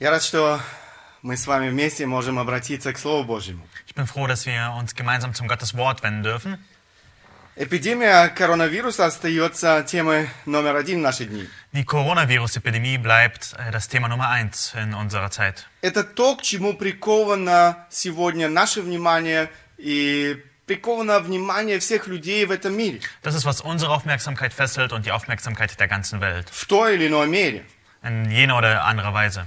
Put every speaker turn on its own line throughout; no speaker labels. Я рад, что мы с вами вместе можем обратиться к Слову Божьему.
Ich bin froh, dass wir uns gemeinsam zum Gottes Wort wenden dürfen.
Эпидемия коронавируса остается темой номер один в наши дни.
Die Coronavirus-Epidemie bleibt äh, das Thema Nummer eins in unserer Zeit.
Это то, к чему приковано сегодня наше внимание и приковано внимание всех людей в этом мире
Das ist, was unsere Aufmerksamkeit fesselt und die Aufmerksamkeit der ganzen Welt.
в той или иной мере.
In jener oder anderer Weise.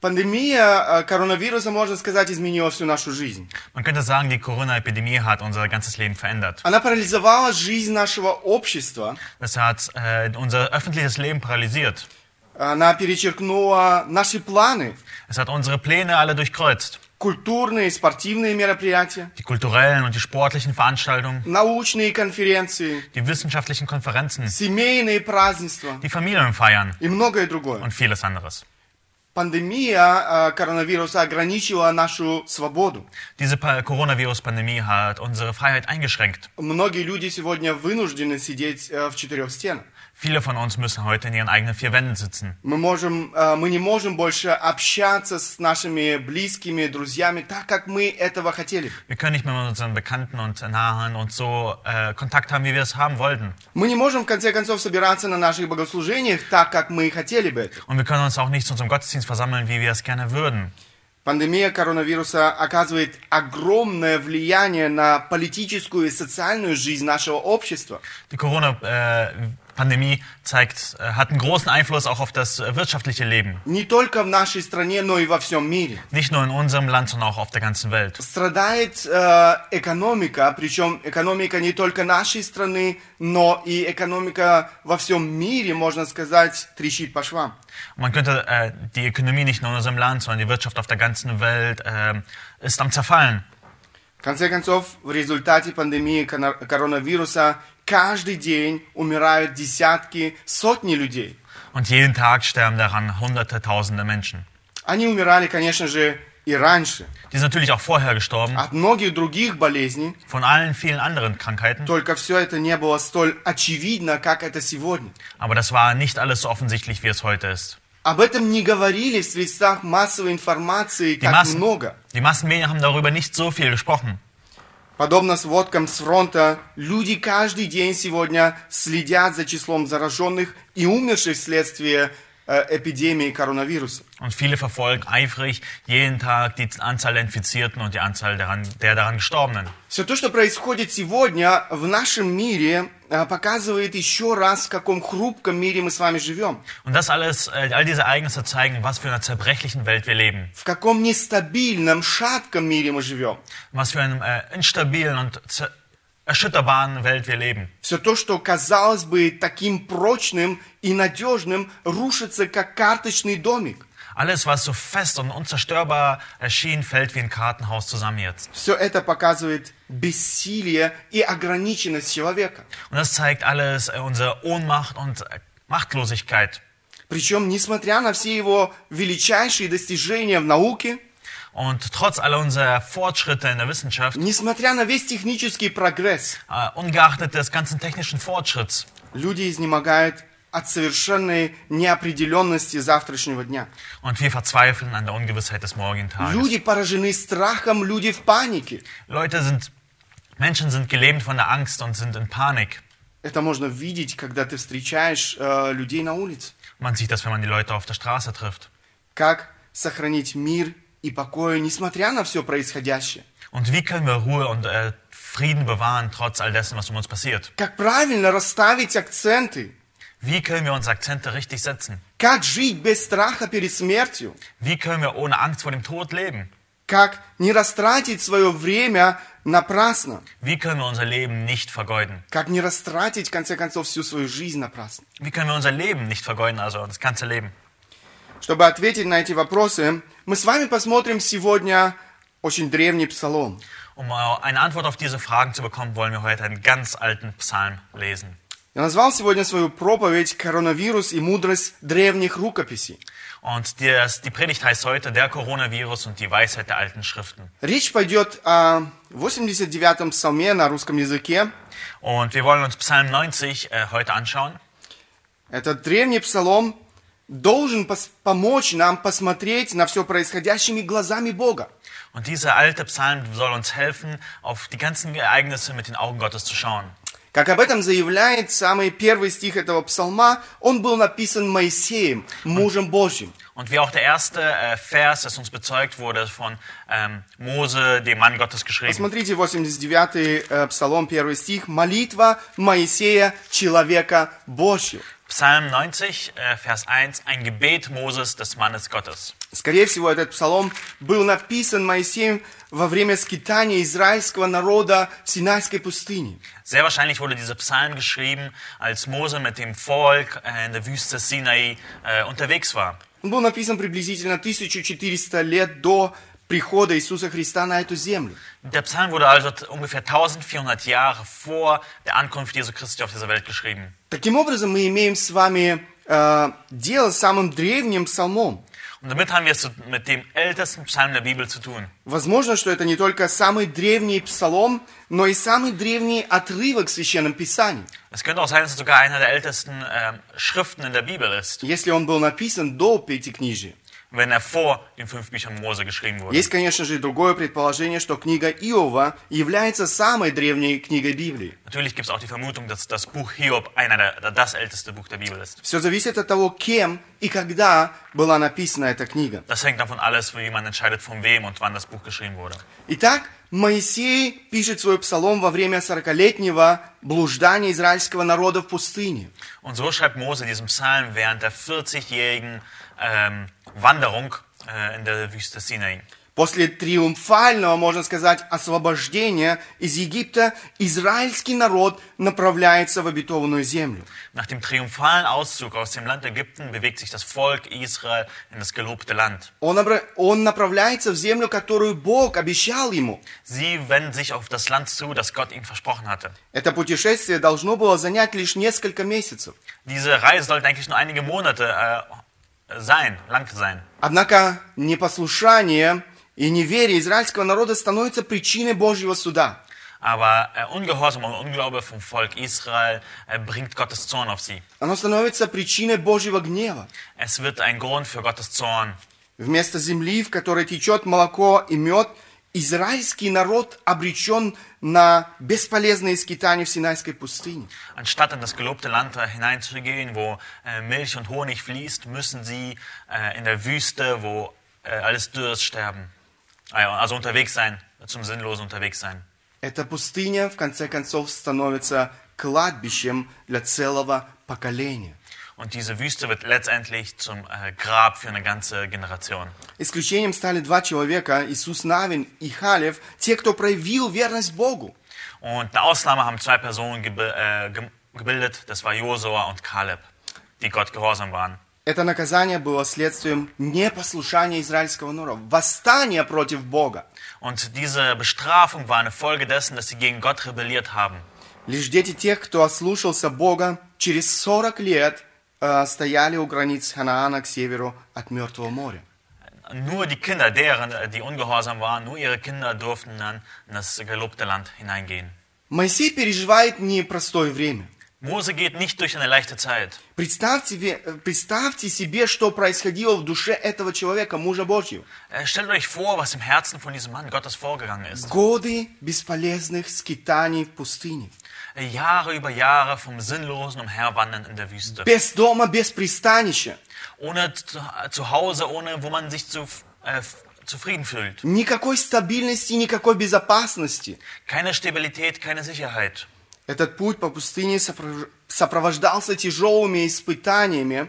Пандемия э, коронавируса, можно сказать, изменила всю нашу жизнь.
Man könnte sagen, die Corona-Epidemie hat unser ganzes Leben verändert.
Она парализовала жизнь нашего общества,
Das hat äh, unser öffentliches Leben paralysiert.
она перечеркнула наши планы,
Es hat unsere Pläne alle durchkreuzt.
культурные, спортивные мероприятия,
Die kulturellen und die sportlichen Veranstaltungen,
научные конференции,
die wissenschaftlichen Konferenzen,
семейные празднества
die Familienfeiern
и многое другое.
und vieles anderes.
Пандемия э, коронавируса ограничила нашу свободу.
Diese Pa- Coronavirus-Pandemie hat unsere Freiheit eingeschränkt.
Многие люди сегодня вынуждены сидеть э, в четырех стенах.
Viele von uns müssen heute in ihren eigenen vier Wänden sitzen.
Мы, можем, э, мы не можем больше общаться с нашими близкими, друзьями, так как мы этого хотели. бы.
Wir können nicht mehr mit unseren Bekannten und Nahen und so äh, Kontakt haben, wie wir es haben wollten.
Мы не можем, в конце концов, собираться на наших богослужениях так, как мы хотели бы этого.
Und wir können uns auch nicht zu unserem Gottesdienst versammeln, wie wir es gerne würden.
Пандемия коронавируса оказывает огромное влияние на политическую и социальную жизнь нашего общества.
Die Corona-Pandemie zeigt, äh, hat einen großen Einfluss auch auf das äh, wirtschaftliche Leben.
Не только в нашей стране, но и во всем мире.
Nicht nur in unserem Land, sondern auch auf der ganzen Welt.
Страдает э, экономика, причем экономика не только нашей страны, но и экономика во всем мире, можно сказать, трещит по швам.
Und man könnte äh, die Ökonomie nicht nur in unserem Land, sondern die Wirtschaft auf der ganzen Welt äh, ist am Zerfallen.
В конце концов, в результате пандемии кона- коронавируса каждый день умирают десятки, сотни людей.
Und jeden Tag sterben daran Hunderte, Tausende Menschen.
Они умирали, конечно же, и раньше
Die sind natürlich auch vorher gestorben,
от многих других болезней,
von allen vielen anderen Krankheiten.
только все это не было столь очевидно, как это сегодня.
Aber das war nicht alles so offensichtlich, wie es heute ist.
Об этом не говорили в средствах массовой информации
Die,
так
Massen,
много.
die Massenmedien haben darüber nicht so viel gesprochen.
Подобно сводкам с фронта, люди каждый день сегодня следят за числом зараженных и умерших вследствие э, эпидемии коронавируса.
Und viele verfolgen eifrig jeden Tag die Anzahl der Infizierten und die Anzahl daran, der daran Gestorbenen.
Все то, что происходит сегодня в нашем мире, э, показывает еще раз, в каком хрупком мире мы с вами живем,
Und das alles, äh, all diese Ereignisse zeigen, was für einer zerbrechlichen Welt wir leben.
в каком нестабильном, шатком мире мы живем.
was für einem äh, instabilen und zer- erschütterbaren Welt wir leben.
Все то, что казалось бы таким прочным и надежным, рушится, как карточный домик.
Alles, was so fest und unzerstörbar erschien, fällt wie ein Kartenhaus zusammen jetzt.
Все это показывает бессилие и ограниченность человека.
Und das zeigt alles äh, unsere Ohnmacht und äh, Machtlosigkeit.
Причем, несмотря на все его величайшие достижения в науке,
Und trotz aller unserer Fortschritte in der Wissenschaft,
несмотря на весь технический прогресс,
äh, ungeachtet des ganzen technischen Fortschritts,
люди изнемогают от совершенной неопределенности завтрашнего дня.
und wir verzweifeln an der Ungewissheit des morgigen Tages.
Люди поражены страхом, люди в панике.
Leute sind, Menschen sind gelähmt von der Angst und sind in Panik.
Это можно видеть, когда ты встречаешь э, людей на улице.
Man sieht das, wenn man die Leute auf der Straße trifft.
Как сохранить мир и покой, несмотря на все происходящее?
Und wie können wir Ruhe und äh, Frieden bewahren, trotz all dessen, was um uns passiert?
Как правильно расставить акценты?
Wie können wir unsere Akzente richtig setzen?
Как жить без страха перед смертью?
Wie können wir ohne Angst vor dem Tod leben?
Как не растратить свое время напрасно?
Wie können wir unser Leben nicht vergeuden?
Как не растратить, в конце концов, всю свою жизнь напрасно?
Wie können wir unser Leben nicht vergeuden, also das ganze Leben?
Чтобы ответить на эти вопросы, мы с вами посмотрим сегодня очень древний псалом.
Um äh, eine Antwort auf diese Fragen zu bekommen, wollen wir heute einen ganz alten Psalm lesen.
Я назвал сегодня свою проповедь «Коронавирус и мудрость древних рукописей».
Und die, das- die Predigt heißt heute Der Coronavirus und die Weisheit der alten Schriften.
Речь пойдет о 89-м псалме на русском языке.
Und wir wollen uns Psalm 90 äh, heute anschauen.
Этот древний псалом должен пос- помочь нам посмотреть на все происходящими глазами Бога.
Und dieser alte Psalm soll uns helfen, auf die ganzen Ereignisse mit den Augen Gottes zu schauen.
Как об этом заявляет самый первый стих этого псалма, он был написан Моисеем, мужем Божьим.
Und wie auch der erste äh, Vers, das uns bezeugt wurde von ähm, Mose, dem Mann Gottes, geschrieben.
Смотрите 89-й э, псалом, первый стих. «Молитва Моисея, человека Божьего».
Psalm 90, äh, Vers 1, ein Gebet Moses, des Mannes Gottes.
Скорее всего, этот псалом был написан Моисеем во время скитания израильского народа в Синайской пустыне.
Sehr wahrscheinlich wurde dieser Psalm geschrieben, als Mose mit dem Volk äh, in der Wüste Sinai äh, unterwegs war.
Он был написан приблизительно 1400 лет до прихода Иисуса Христа на эту землю.
Der Psalm wurde also t- ungefähr 1400 Jahre vor der Ankunft Jesu Christi auf dieser Welt geschrieben.
Таким образом, мы имеем с вами э, дело с самым древним псалмом.
Und damit haben wir es zu- mit dem ältesten Psalm der Bibel zu tun.
Возможно, что это не только самый древний псалом, но и самый древний отрывок в Священном Писании,
Es könnte auch sein, dass es sogar einer der ältesten ähm, Schriften in der Bibel ist,
если он был написан до Пятикнижия.
wenn er vor den fünf Büchern Mose geschrieben wurde.
Есть, конечно же, и другое предположение, что книга Иова является самой древней книгой Библии.
Natürlich gibt es auch die Vermutung, dass das Buch Hiob einer der, der- das älteste Buch der Bibel ist.
Все зависит от того, кем и когда была написана эта книга.
Das hängt davon alles, wie man entscheidet, von wem und wann das Buch geschrieben wurde.
Итак, Моисей пишет свой псалом во время сорокалетнего блуждания израильского народа в пустыне.
Und so schreibt Mose diesen Psalm während der 40-jährigen ähm, Wanderung äh, in der Wüste Sinai.
После триумфального, можно сказать, освобождения из Египта, израильский народ направляется в обетованную землю.
Nach dem triumphalen Auszug aus dem Land Ägypten bewegt sich das Volk Israel in das gelobte Land.
Он, обра- он направляется в землю, которую Бог обещал ему.
Sie wenden sich auf das Land zu, das Gott ihnen versprochen hatte.
Это путешествие должно было занять лишь несколько месяцев.
Diese Reise sollte eigentlich nur einige Monate äh, sein, lang sein.
Однако непослушание и неверие израильского народа становится причиной Божьего суда.
Aber äh, Ungehorsam und Unglaube vom Volk Israel äh, bringt Gottes Zorn auf sie.
Оно становится причиной Божьего гнева.
Es wird ein Grund für Gottes Zorn.
Вместо земли, в которой течет молоко и мед, израильский народ обречен на бесполезные скитания в Синайской пустыне.
Anstatt in das gelobte Land äh, hineinzugehen, wo äh, Milch und Honig fließt, müssen sie äh, in der Wüste, wo äh, alles Dürst sterben. Äh, Also unterwegs sein, zum Sinnlosen unterwegs sein.
Эта пустыня, в конце концов, становится кладбищем для целого поколения.
Und diese Wüste wird letztendlich zum äh, Grab für eine ganze Generation.
Исключением стали два человека, Иисус Навин и Халев, те, кто проявил верность Богу.
Und eine Ausnahme haben zwei Personen gebe, äh, gem- gebildet, das war Josua und Kaleb, die Gott gehorsam waren.
Это наказание было следствием непослушания израильского народа, восстания против Бога.
Und diese Bestrafung war eine Folge dessen, dass sie gegen Gott rebelliert haben.
Лишь дети тех, кто ослушался Бога, через 40 лет э, стояли у границ Ханаана к северу от Мертвого моря.
Nur die Kinder deren, äh, die ungehorsam waren, nur ihre Kinder durften dann in das gelobte Land hineingehen.
Моисей переживает непростое время.
Mose geht nicht durch eine leichte Zeit.
Представьте, ве- э, представьте себе, что происходило в душе этого человека, мужа Божьего.
Äh, Stellt euch vor, was im Herzen von diesem Mann Gottes vorgegangen ist.
Годы бесполезных скитаний в пустыне.
Äh, Jahre über Jahre vom sinnlosen Umherwandern in der Wüste.
Без дома, без пристанища.
Ohne zu, äh, zu Hause, ohne wo man sich zu, äh, f- zufrieden fühlt.
Никакой стабильности, никакой безопасности.
Keine Stabilität, keine Sicherheit.
Этот путь по пустыне сопровож- сопровождался тяжелыми испытаниями,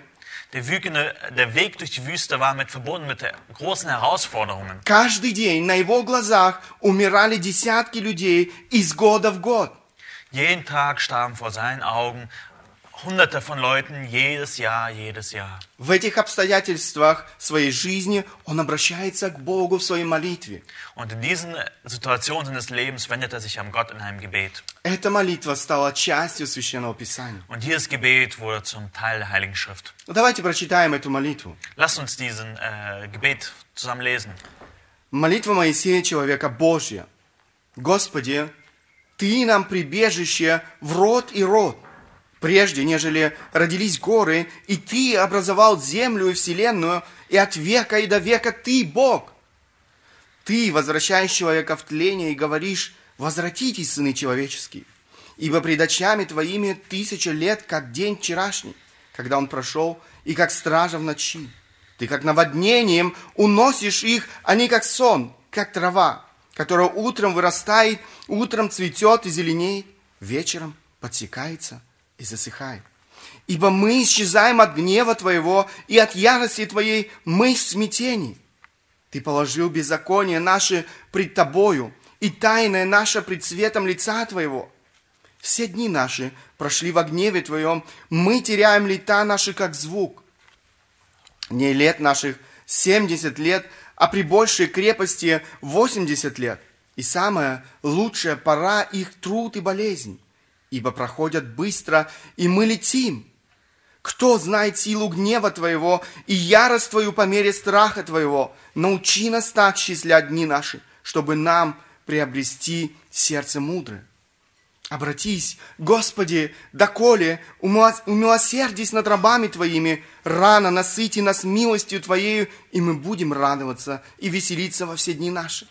Der, Wügene, äh, der Weg durch die Wüste war mit verbunden mit der großen Herausforderungen.
Каждый день на его глазах умирали десятки людей из года в год.
Jeden Tag starben vor seinen Augen Hunderte von Leuten, jedes Jahr, jedes Jahr.
В этих обстоятельствах своей жизни он обращается к Богу в своей молитве.
Und in diesen Situationen seines Lebens wendet er sich an Gott in einem Gebet.
Эта молитва стала частью Священного Писания.
Und dieses Gebet wurde zum Teil der Heiligen Schrift.
Ну, Давайте прочитаем эту молитву.
Lasst uns diesen äh, Gebet zusammen lesen.
Молитва Моисея, человека Божья. «Господи, Ты нам прибежище в род и род, прежде, нежели родились горы, и Ты образовал землю и вселенную, и от века и до века Ты Бог. Ты возвращаешь человека в тление и говоришь, возвратитесь, сыны человеческие, ибо пред очами Твоими тысяча лет, как день вчерашний, когда он прошел, и как стража в ночи. Ты как наводнением уносишь их, они как сон, как трава, которая утром вырастает, утром цветет и зеленеет, вечером подсекается и засыхает. Ибо мы исчезаем от гнева Твоего и от ярости Твоей, мы в смятении. Ты положил беззаконие наше пред Тобою и тайное наше пред светом лица Твоего. Все дни наши прошли во гневе Твоем, мы теряем лета наши, как звук. Не лет наших семьдесят лет, а при большей крепости восемьдесят лет. И самая лучшая пора их труд и болезнь, ибо проходят быстро, и мы летим. Кто знает силу гнева Твоего и ярость Твою по мере страха Твоего? Научи нас так счислять дни наши, чтобы нам приобрести сердце мудрое. Обратись, Господи, доколе умилосердись над рабами Твоими, рано насыти нас милостью Твоею, и мы будем радоваться и веселиться во все дни наши.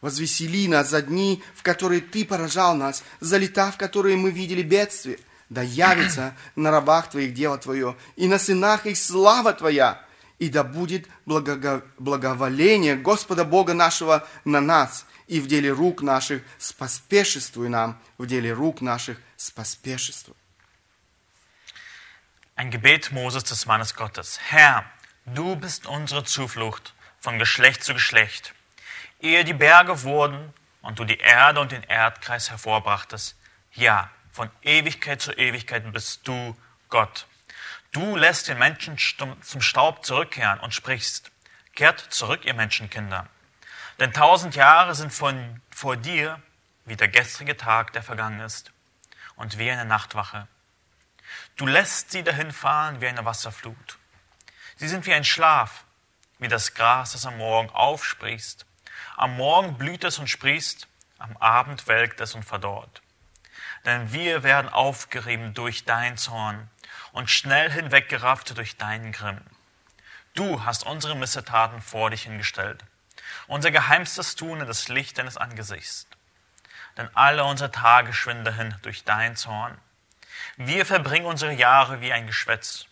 Возвесели нас за дни, в которые Ты поражал нас, за лета, в которые мы видели бедствие, да явится на рабах Твоих дело Твое, и на сынах их слава Твоя, и да будет благого... благоволение Господа Бога нашего на нас, и в деле рук наших споспешествуй нам, в деле рук наших споспешествуй.
Ein Gebet Moses des Mannes Gottes. Herr, du bist unsere Zuflucht von Geschlecht zu Geschlecht. Ehe die Berge wurden und du die Erde und den Erdkreis hervorbrachtest, ja, von Ewigkeit zu Ewigkeit bist du Gott. Du lässt den Menschen stum- zum Staub zurückkehren und sprichst, kehrt zurück, ihr Menschenkinder. Denn tausend Jahre sind von, vor dir wie der gestrige Tag, der vergangen ist, und wie eine Nachtwache. Du lässt sie dahinfahren wie eine Wasserflut. Sie sind wie ein Schlaf, wie das Gras, das am Morgen aufsprießt. Am Morgen blüht es und sprießt, am Abend welkt es und verdorrt. Denn wir werden aufgerieben durch dein Zorn und schnell hinweggerafft durch deinen Grimm. Du hast unsere Missetaten vor dich hingestellt unser geheimstes Tun in das Licht deines Angesichts. Denn alle unsere Tage schwinden dahin durch dein Zorn. Wir verbringen unsere Jahre wie ein Geschwätz.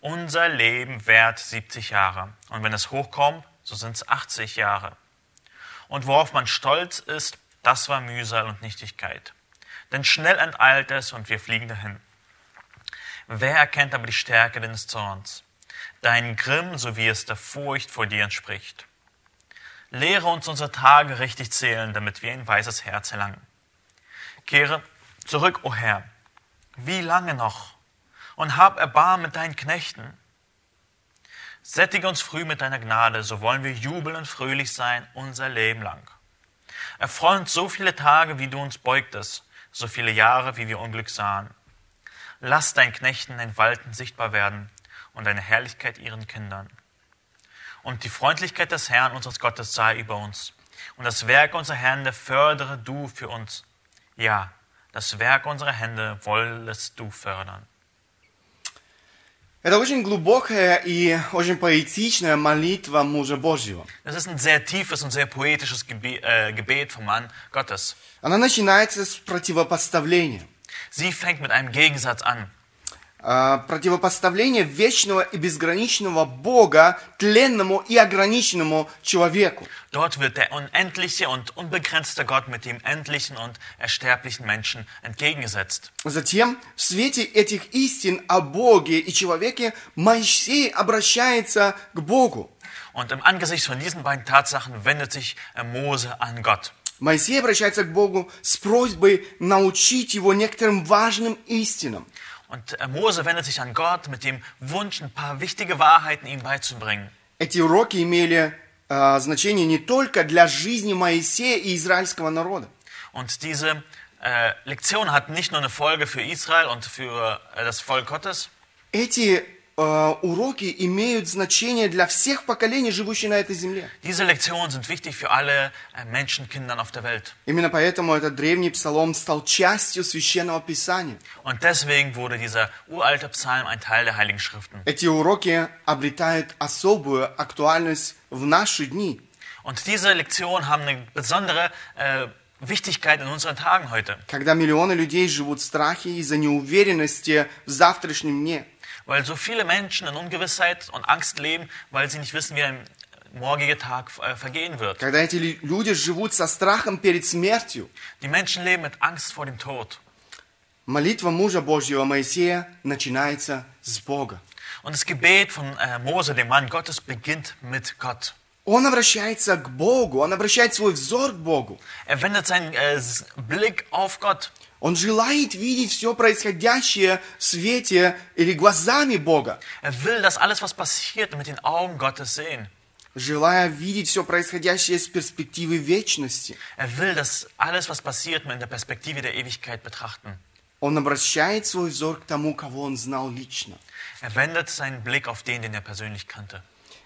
Unser Leben währt 70 Jahre, und wenn es hochkommt, so sind es 80 Jahre. Und worauf man stolz ist, das war Mühsal und Nichtigkeit. Denn schnell enteilt es, und wir fliegen dahin. Wer erkennt aber die Stärke deines Zorns? Dein Grimm, so wie es der Furcht vor dir entspricht. Lehre uns unsere Tage richtig zählen, damit wir ein weises Herz erlangen. Kehre zurück, o Herr, wie lange noch? Und hab Erbarmen mit deinen Knechten. Sättige uns früh mit deiner Gnade, so wollen wir jubeln und fröhlich sein unser Leben lang. Erfreue uns so viele Tage, wie du uns beugtest, so viele Jahre, wie wir Unglück sahen. Lass deinen Knechten dein Walten sichtbar werden und deine Herrlichkeit ihren Kindern und die Freundlichkeit des Herrn unseres Gottes sei über uns. Und das Werk unserer Hände fördere du für uns. Ja, das Werk unserer Hände wollest du fördern.
Это очень глубокая и очень поэтичная молитва мужа Божьего.
Das ist ein sehr tiefes und sehr poetisches Gebet, äh, Gebet vom Mann Gottes.
Она начинается с противопоставления.
Sie fängt mit einem Gegensatz an.
А, противопоставление вечного и безграничного Бога тленному и ограниченному человеку.
Dort wird der unendliche und unbegrenzte Gott mit dem endlichen und ersterblichen Menschen entgegengesetzt.
Затем в свете этих истин о Боге и человеке Моисей обращается к Богу.
Und im Angesicht von diesen beiden Tatsachen wendet sich äh, Mose an Gott.
Моисей обращается к Богу с просьбой научить его некоторым важным истинам.
Und äh, Mose wendet sich an Gott mit dem Wunsch, ein paar wichtige Wahrheiten ihm beizubringen.
Эти уроки имели а, значение не только для жизни Моисея и израильского народа,
Und diese äh, Lektion hat nicht nur eine Folge für Israel und für äh, das Volk Gottes.
Эти э, уроки имеют значение для всех поколений, живущих на этой земле.
Diese Lektionen sind wichtig für alle äh, Menschenkindern auf der Welt.
Именно поэтому этот древний псалом стал частью священного писания.
Und deswegen wurde dieser uralte Psalm ein Teil der Heiligen Schriften.
Эти уроки обретают особую актуальность в наши дни.
Und diese Lektionen haben eine besondere äh, Wichtigkeit in unseren Tagen heute,
Когда миллионы людей живут в страхе из-за неуверенности в завтрашнем дне.
weil so viele Menschen in Ungewissheit und Angst leben, weil sie nicht wissen, wie ein morgiger Tag äh, vergehen wird.
Когда эти ли- люди живут со страхом перед смертью.
Die Menschen leben mit Angst vor dem Tod.
Молитва мужа Божьего Моисея начинается с Бога.
Und das Gebet von äh, Mose, dem Mann Gottes, beginnt mit Gott.
Он обращается к Богу, он обращает свой взор к Богу.
Er wendet seinen äh, s- Blick auf Gott.
Он желает видеть все происходящее в свете или глазами Бога.
Er will, dass alles, was passiert, mit den Augen Gottes sehen.
Желая видеть все происходящее с перспективы вечности.
Er will, dass alles, was passiert, mit der Perspektive der Ewigkeit betrachten.
Он обращает свой взор к тому, кого он знал лично.
Er wendet seinen Blick auf den, den er persönlich kannte.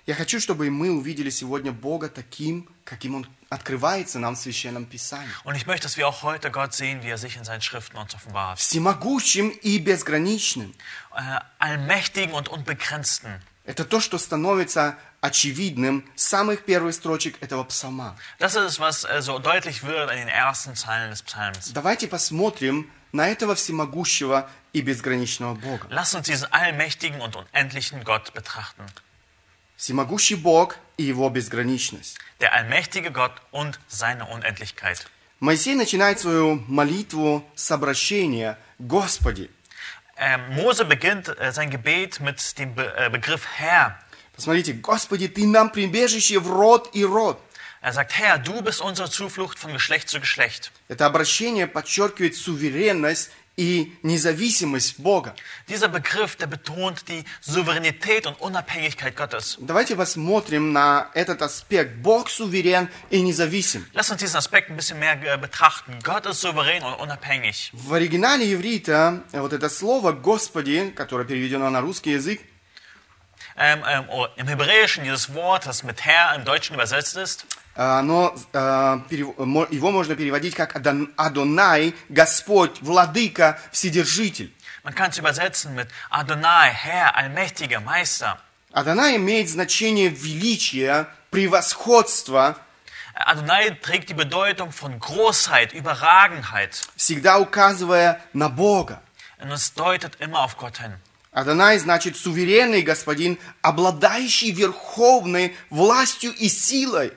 Я хочу, чтобы и мы увидели сегодня Бога таким, каким Он открывается нам в Священном Писании.
Und ich möchte, dass wir auch heute Gott sehen, wie er sich in seinen Schriften uns offenbart.
Всемогущим и безграничным.
Äh, allmächtigen und unbegrenzten.
Это то, что становится очевидным с самых первых строчек этого псалма.
Das ist es, was äh, so deutlich wird in den ersten Zeilen des Psalms.
Давайте посмотрим на этого всемогущего и безграничного Бога.
Lass uns diesen allmächtigen und unendlichen Gott betrachten.
Всемогущий Бог и его безграничность.
Der allmächtige Gott und seine Unendlichkeit.
Моисей начинает свою молитву с обращения «Господи».
Ähm, Mose beginnt äh, sein Gebet mit dem Be äh, Begriff Herr.
Посмотрите, «Господи, Ты нам прибежище в род и род».
Er sagt, Herr, du bist unsere Zuflucht von Geschlecht zu Geschlecht.
Это обращение подчеркивает суверенность и независимость Бога.
Dieser Begriff, der betont die Souveränität und Unabhängigkeit Gottes.
Давайте посмотрим на этот аспект. Бог суверен и независим.
Lass uns diesen Aspekt ein bisschen mehr äh, betrachten. Gott ist souverän und unabhängig.
В оригинале еврита э, вот это слово «Господи», которое переведено на русский язык,
Ähm, ähm, oh, Im Hebräischen dieses Wort, das mit Herr im Deutschen übersetzt ist,
э, оно, э, перев- мо- его можно переводить как «Адон- «Адонай», «Господь», «Владыка», «Вседержитель».
man kann es übersetzen mit Adonai, Herr, Allmächtiger, Meister.
«Адонай» имеет значение величия, превосходства,
Äh, Adonai trägt die Bedeutung von Großheit, Überragenheit.
всегда указывая на Бога.
Und es deutet immer auf Gott hin.
Адонай значит суверенный господин, обладающий верховной властью и силой.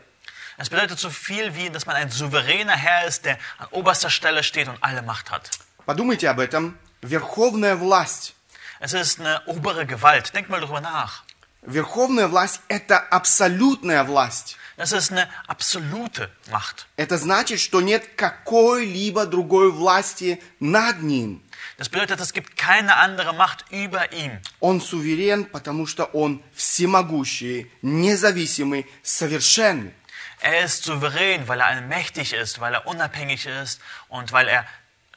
Es bedeutet so viel wie, dass man ein souveräner Herr ist, der an oberster Stelle steht und alle Macht hat.
Подумайте об этом. Верховная власть.
Es ist eine obere Gewalt. Denk mal darüber nach.
Верховная власть – это абсолютная власть.
Das ist eine absolute Macht.
Это значит, что нет какой-либо другой власти над ним.
Das bedeutet, es gibt keine andere Macht über ihm.
Он суверен, потому что он всемогущий, независимый, совершенный.
Er ist souverän, weil er allmächtig ist, weil er unabhängig ist und weil er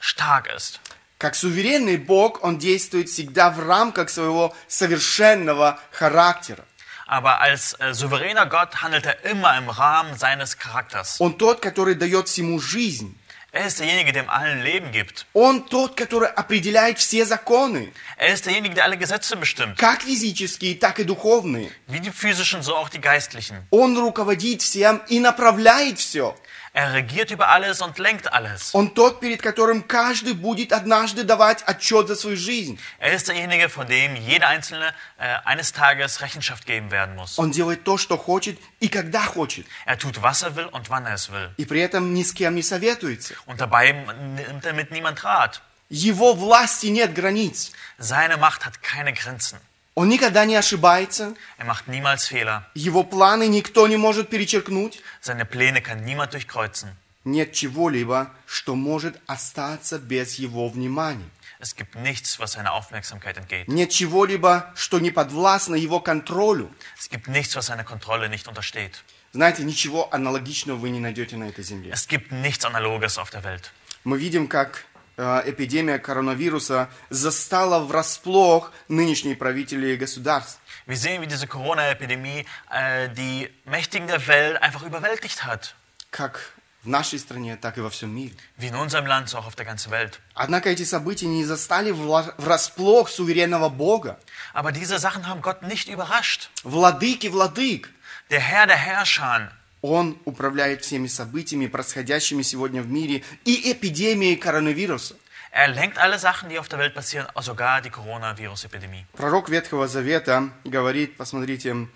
stark ist.
Как суверенный Бог, он действует всегда в рамках своего совершенного характера.
Aber als äh, souveräner Gott handelt er immer im Rahmen seines Charakters.
Он тот, который дает всему жизнь.
Er ist derjenige, dem allen Leben gibt.
Он тот, который определяет все законы,
Er ist derjenige, der alle Gesetze bestimmt,
как физические, так и духовные.
wie die physischen, so auch die geistlichen.
Он руководит всем и направляет все.
Er regiert über alles und lenkt alles.
Он тот, перед которым каждый будет однажды давать отчет за свою жизнь.
Er ist derjenige, von dem jeder Einzelne äh, eines Tages Rechenschaft geben werden muss.
Он делает то, что хочет и когда хочет.
Er tut, was er will und wann er es will.
И при этом ни с кем не советуется.
Und dabei nimmt er mit niemand Rat.
Его власти нет границ.
Seine Macht hat keine Grenzen.
Он никогда не ошибается.
Er macht niemals Fehler.
Его планы никто не может перечеркнуть.
Seine Pläne kann niemand durchkreuzen.
Нет чего-либо, что может остаться без его внимания.
Es gibt nichts, was seiner Aufmerksamkeit entgeht.
Нет чего-либо, что не подвластно его контролю.
Es gibt nichts, was seiner Kontrolle nicht untersteht.
Знаете, ничего аналогичного вы не найдете на этой земле.
Es gibt nichts Analoges auf der Welt.
Мы видим, как э, эпидемия коронавируса застала врасплох нынешние правители государств.
Wir sehen, wie diese Corona-Epidemie äh, die Mächtigen der Welt einfach überwältigt hat.
Как в нашей стране, так и во всем мире.
Wie in unserem Land, so auch auf der ganzen Welt.
Однако эти события не застали вла- врасплох суверенного Бога,
Aber diese Sachen haben Gott nicht überrascht.
владыки владык.
Der Herr der Herrscher,
Он управляет всеми событиями, происходящими сегодня в мире, и эпидемией коронавируса.
er lenkt alle Sachen, die auf der Welt passieren, sogar die Coronavirus-Epidemie.
Пророк Ветхого Завета говорит, посмотрите,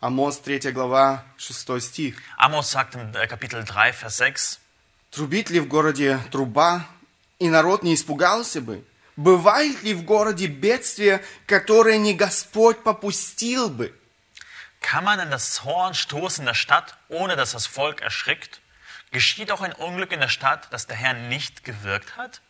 Амос 3 глава 6 стих.
Amos sagt im äh, Kapitel 3, Vers 6,
Трубит ли в городе труба, и народ не испугался бы? Бывает ли в городе бедствие, которое не Господь попустил бы?
Kann man in das Horn stoßen in der Stadt, ohne dass das Volk erschrickt? Geschieht auch ein Unglück in der Stadt, das der Herr nicht gewirkt hat?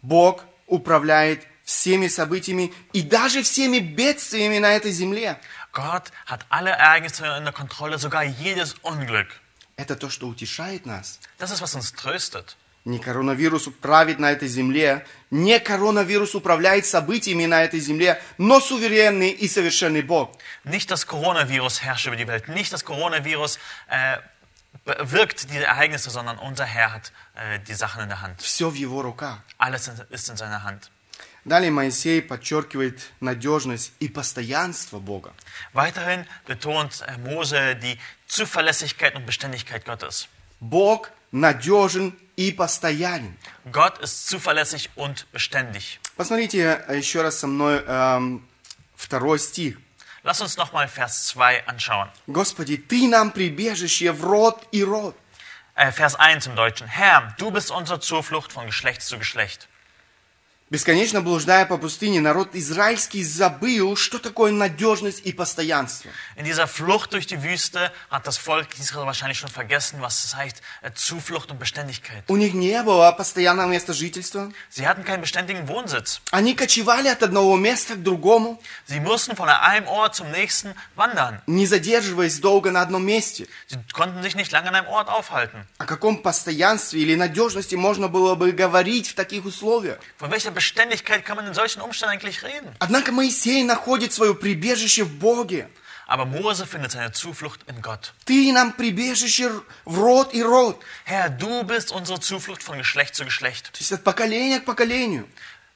Бог управляет всеми событиями и даже всеми бедствиями на этой земле.
Gott hat alle Ereignisse in der Kontrolle, sogar jedes Unglück.
Это то, что утешает нас.
Das ist, was uns tröstet.
Не коронавирус правит на этой земле, не коронавирус управляет событиями на этой земле, но суверенный и совершенный Бог.
Nicht das Coronavirus herrscht über die Welt, nicht das Coronavirus äh, wirkt diese Ereignisse, sondern unser Herr hat äh, die Sachen in der Hand.
Все в его руках.
Alles in- ist in seiner Hand.
Далее Моисей подчеркивает надежность и постоянство Бога.
Weiterhin betont äh, Mose die Zuverlässigkeit und Beständigkeit Gottes.
Бог надежен и постоянен.
Gott ist zuverlässig und beständig.
Посмотрите еще раз со мной эм, второй стих.
Lass uns nochmal Vers 2 anschauen.
Господи, Ты нам прибежище в род и род.
Äh, Vers 1 im Deutschen. Herr, du bist unsere Zuflucht von Geschlecht zu Geschlecht.
Бесконечно блуждая по пустыне, народ израильский забыл, что такое надежность и постоянство.
In dieser Flucht durch die Wüste hat das Volk Israel wahrscheinlich schon vergessen, was es heißt, äh, Zuflucht und Beständigkeit.
У них не было постоянного места жительства.
Sie hatten keinen beständigen Wohnsitz.
Они кочевали от одного места к другому,
Sie mussten von einem Ort zum nächsten wandern.
не задерживаясь долго на одном месте.
Sie konnten sich nicht lange an einem Ort aufhalten.
О каком постоянстве или надежности можно было бы говорить в таких условиях?
Von welcher Beständigkeit kann man in solchen Umständen eigentlich reden?
Однако Моисей находит свое прибежище в Боге.
Aber Mose findet seine Zuflucht in Gott.
Ты нам прибежище в род и род,
Herr, du bist unsere Zuflucht von Geschlecht zu Geschlecht.
то есть от поколения к поколению.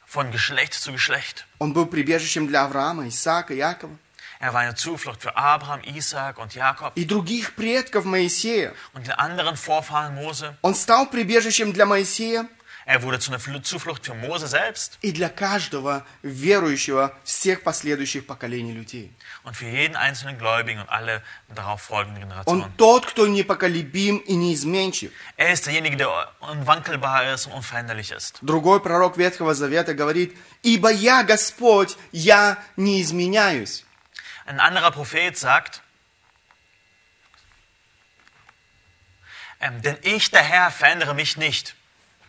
von Geschlecht zu Geschlecht.
Он был прибежищем для Авраама, Исаака, Якова
Er war eine Zuflucht für Abraham, Isaak und Jakob
и других предков Моисея.
und den anderen Vorfahren Mose.
Он стал прибежищем для Моисея
Er wurde zu einer Fl- Zuflucht für Mose selbst
и для каждого верующего всех последующих поколений людей.
und für jeden einzelnen Gläubigen und alle darauf folgenden
Он
Generationen.
тот, кто непоколебим и неизменчив.
Er ist derjenige, der unwankelbar ist und unveränderlich ist.
Другой пророк Ветхого Завета говорит, «Ибо я Господь, я не изменяюсь».
Ein anderer Prophet sagt, ähm, denn ich, der Herr, verändere mich nicht.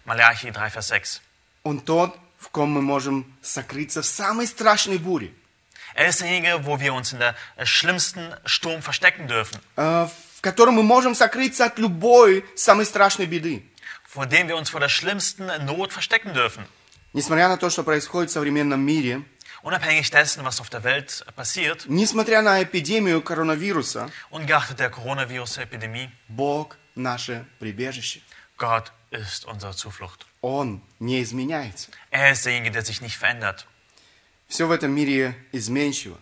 Malachi 3, Vers 6.
Он тот, в ком мы можем сокрыться в самой страшной буре,
Er ist derjenige, wo wir uns in der äh, schlimmsten Sturm verstecken dürfen.
э, в котором мы можем сокрыться от любой самой страшной беды.
vor dem wir uns vor der schlimmsten Not verstecken dürfen.
Несмотря на то, что происходит в современном мире,
Unabhängig dessen, was auf der Welt passiert,
несмотря на эпидемию коронавируса,
ungeachtet der Coronavirus-Epidemie,
Бог – наше прибежище.
Gott ist unsere Zuflucht.
Он не изменяется.
Er ist derjenige, der sich nicht verändert.
Все в этом мире изменчиво,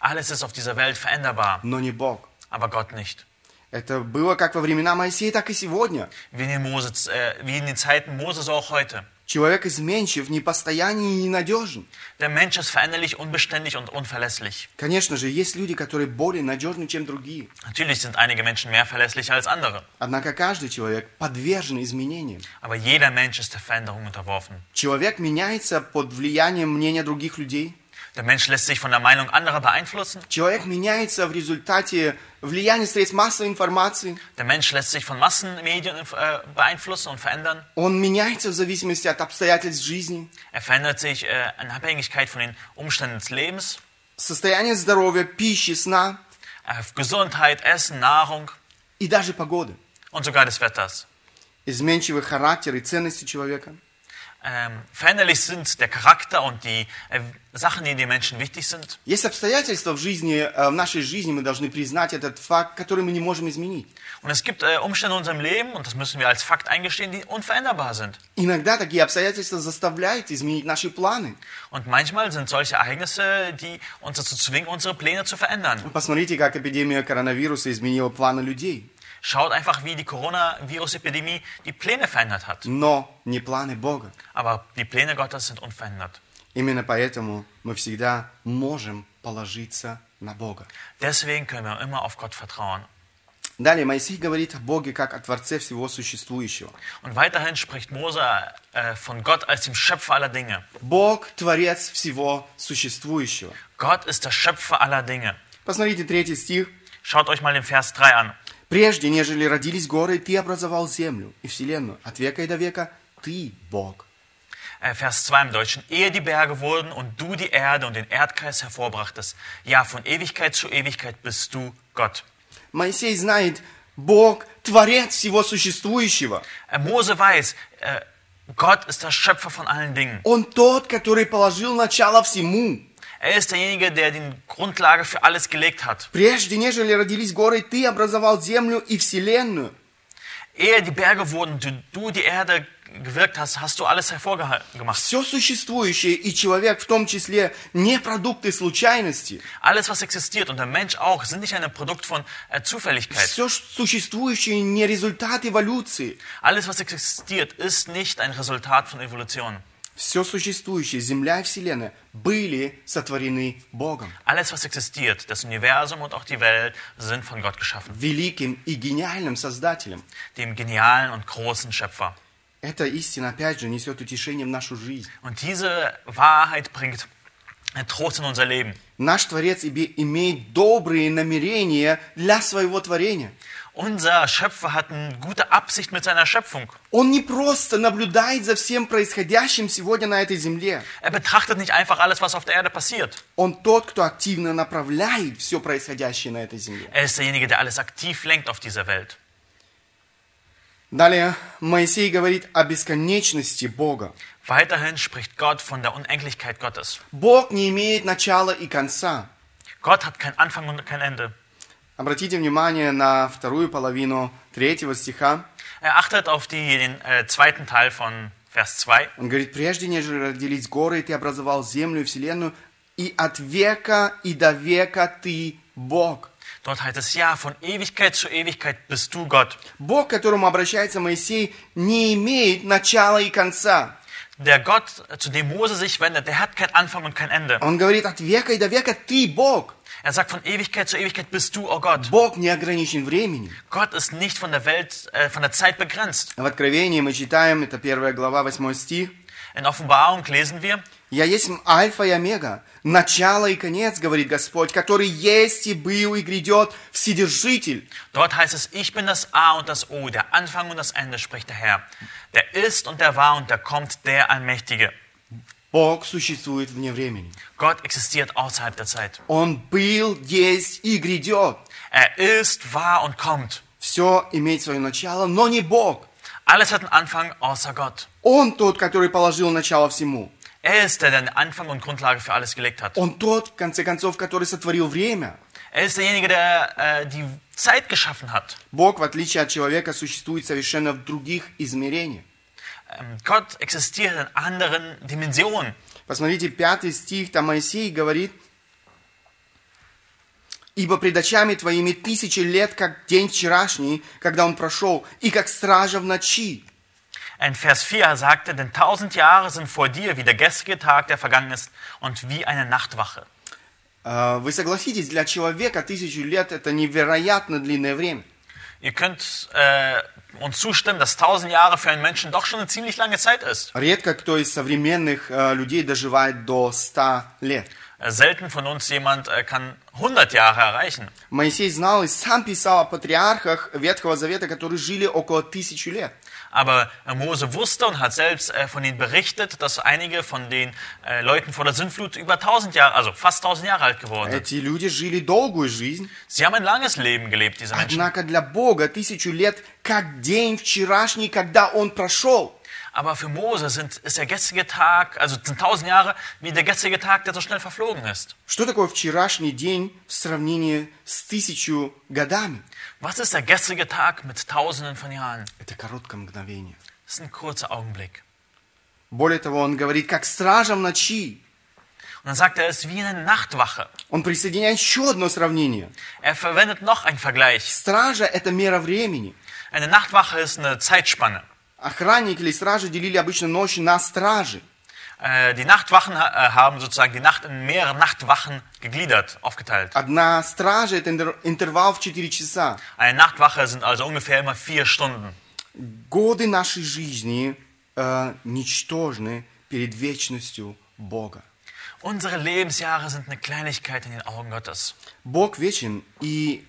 Alles ist auf dieser Welt veränderbar,
но не Бог.
aber Gott nicht.
Это было как во времена Моисея, так и сегодня.
Wie in den, Moses, äh, wie in den Zeiten Moses auch heute.
Человек изменчив, непостоянен и ненадежен.
Der Mensch ist veränderlich, unbeständig und unverlässlich.
Конечно же, есть люди, которые более надежны, чем другие.
Natürlich sind einige Menschen mehr verlässlich als andere,
Однако каждый человек подвержен изменениям.
aber jeder Mensch ist der Veränderung unterworfen.
Человек меняется под влиянием мнения других людей.
Der Mensch lässt sich von der Meinung anderer beeinflussen.
Человек меняется в результате влияния средств массовой информации.
Der Mensch lässt sich von Massenmedien äh, beeinflussen und verändern.
Он меняется в зависимости от обстоятельств жизни,
Er verändert sich äh, in Abhängigkeit von den Umständen des Lebens,
состояния здоровья, пищи, сна
äh, Gesundheit, Essen, Nahrung
и даже погоды.
und sogar des Wetters.
Изменчивый характер и ценности человека.
ähm, veränderlich sind, der Charakter und die äh, Sachen, die den Menschen wichtig sind.
Есть обстоятельства в жизни, э, в нашей жизни, мы должны признать этот факт, который мы не можем изменить.
Und es gibt äh, Umstände in unserem Leben, und das müssen wir als Fakt eingestehen, die unveränderbar sind.
Иногда такие обстоятельства заставляют изменить наши планы.
Und manchmal sind solche Ereignisse, die uns dazu zwingen, unsere Pläne zu verändern.
Ну, Посмотрите, как эпидемия коронавиruса изменила планы людей,
Schaut einfach, wie die Coronavirus-Epidemie die Pläne verändert hat.
но не планы Бога.
Aber die Pläne Gottes sind unverändert.
Именно поэтому мы всегда можем положиться на Бога.
Deswegen können wir immer auf Gott vertrauen.
Далее Моисей говорит о Боге как о Творце всего существующего.
Und weiterhin spricht Mose äh, von Gott als dem Schöpfer aller Dinge.
Бог – Творец всего существующего.
Gott ist der Schöpfer aller Dinge.
Посмотрите третий стих.
Schaut euch mal den Vers 3 an.
«Прежде, нежели родились горы, ты образовал землю и вселенную. От века и до века ты – Бог».
Äh, Vers 2 im Deutschen. Ehe die Berge wurden und du die Erde und den Erdkreis hervorbrachtest. Ja, von Ewigkeit zu Ewigkeit bist du Gott.
Моисей знает, Бог – Творец всего существующего.
Äh, Mose weiß, äh, Gott ist der Schöpfer von allen Dingen.
Он тот, который положил начало всему.
Er ist derjenige, der die Grundlage für alles gelegt hat.
Прежде, нежели родились горы, ты образовал землю и вселенную.
Ehe die Berge wurden und du- du die Erde gewirkt hast, hast du alles hervorgemacht.
Все существующее и человек в том числе не продукты случайности.
Alles, was existiert und der Mensch auch, sind nicht ein Produkt von äh, Zufälligkeit.
Все существующее не результат эволюции.
Alles, was existiert, ist nicht ein Resultat von Evolution.
Все существующее, Земля и Вселенная, были sotvoreны Богом,
Alles, was existiert, das Universum und auch die Welt, sind von Gott geschaffen,
великим и гениальным Создателем.
dem genialen und großen Schöpfer.
Эта истина, опять же, несет утешение в нашу жизнь.
Und diese Wahrheit bringt Trost in unser Leben.
Наш Творец иби- имеет добрые намерения для своего творения.
Unser Schöpfer hat eine gute Absicht mit seiner Schöpfung.
Он не просто наблюдает за всем происходящим сегодня на этой земле.
Er betrachtet nicht einfach alles, was auf der Erde passiert.
Он тот, кто активно направляет все происходящее на этой земле.
Er ist derjenige, der alles aktiv lenkt auf dieser Welt.
Далее Моисей говорит о бесконечности Бога.
Weiterhin spricht Gott von der Unendlichkeit Gottes.
Бог не имеет начала и конца.
Gott hat keinen Anfang und kein Ende.
Обратите внимание на вторую половину третьего стиха.
Er achtet auf die, den äh, zweiten Teil von Vers 2.
Он говорит, прежде нежели родились горы, ты образовал землю и вселенную, и от века и до века ты Бог.
Dort heißt es, ja, von Ewigkeit zu Ewigkeit bist du Gott.
Бог, к которому обращается Моисей, не имеет начала и конца.
Der Gott, äh, zu dem Mose sich wendet, der hat keinen Anfang und kein Ende.
Он говорит, от века и до века ты Бог.
Er sagt, von Ewigkeit zu Ewigkeit bist du, oh Gott.
Бог не ограничен временем.
Gott ist nicht von der Welt, äh, von der Zeit begrenzt.
В Откровении мы читаем, это первая глава, 8 стих.
In Offenbarung lesen wir,
«Я есть Альфа и Омега, начало и конец, говорит Господь, который есть и был и грядет, Вседержитель».
Dort heißt es, ich bin das A und das O, der Anfang und das Ende, spricht der Herr. Der ist und der war und der kommt, der Allmächtige.
Бог существует вне времени.
Gott existiert außerhalb der Zeit.
Он был, есть и грядет.
Er ist, war und kommt.
Все имеет свое начало, но не Бог.
Alles hat einen Anfang außer Gott.
Он тот, который положил начало всему.
Er ist der, der den Anfang und Grundlage für alles gelegt hat.
Он тот, в конце концов, который sotvorил время.
Er ist derjenige, der äh, die Zeit geschaffen hat.
Бог, в отличие от человека, существует совершенно в других измерениях.
Ähm, Gott existiert in anderen Dimensionen.
Посмотрите, пятый стих, там Моисей говорит, «Ибо пред очами твоими тысячи лет, как день вчерашний, когда он прошел, и как стража в ночи».
In Vers 4 sagte, denn tausend Jahre sind vor dir wie der gestrige Tag, der vergangen ist, und wie eine Nachtwache.
А, Вы согласитесь, для человека тысячу лет – это невероятно длинное время.
Ihr könnt äh, uns zustimmen, dass 1000 Jahre für einen Menschen doch schon eine ziemlich lange Zeit ist.
Редко кто из современных э, людей доживает до 100 лет.
Äh, selten von uns jemand äh, kann 100 Jahre erreichen.
Моисей знал и сам писал о патриархах Ветхого Завета, которые жили около тысячи лет.
Aber äh, Mose wusste und hat selbst äh, von ihnen berichtet, dass einige von den äh, Leuten vor der Sintflut über 1000 Jahre, also fast 1000 Jahre alt geworden sind.
Эти люди жили долгую жизнь.
Sie haben ein langes Leben gelebt, diese Menschen.
Однако для Бога тысячу лет как день вчерашний, когда он прошел.
Aber für Mose sind, ist der gestrige Tag, also sind tausend Jahre, wie der gestrige Tag, der so schnell verflogen ist.
Что такое вчерашний день в сравнении с тысячу годами?
Was ist der gestrige Tag mit tausenden von Jahren?
Это короткое мгновение.
Das ist ein kurzer Augenblick.
Более того, он говорит, как стража в ночи.
Und dann sagt er, es ist wie eine Nachtwache.
Он присоединяет еще одно сравнение.
Er verwendet noch einen Vergleich.
Стража – это мера времени.
Eine Nachtwache ist eine Zeitspanne.
Охранники или стражи делили обычно ночь на стражи.
Äh, Die Nachtwachen ha- äh, haben sozusagen die Nacht in mehrere Nachtwachen gegliedert, aufgeteilt.
Одна стража – это интер- интервал в 4 часа.
Eine Nachtwache sind also ungefähr immer vier Stunden.
Годы нашей жизни э, ничтожны перед вечностью Бога.
Unsere Lebensjahre sind eine Kleinigkeit in den Augen Gottes.
Бог вечен, и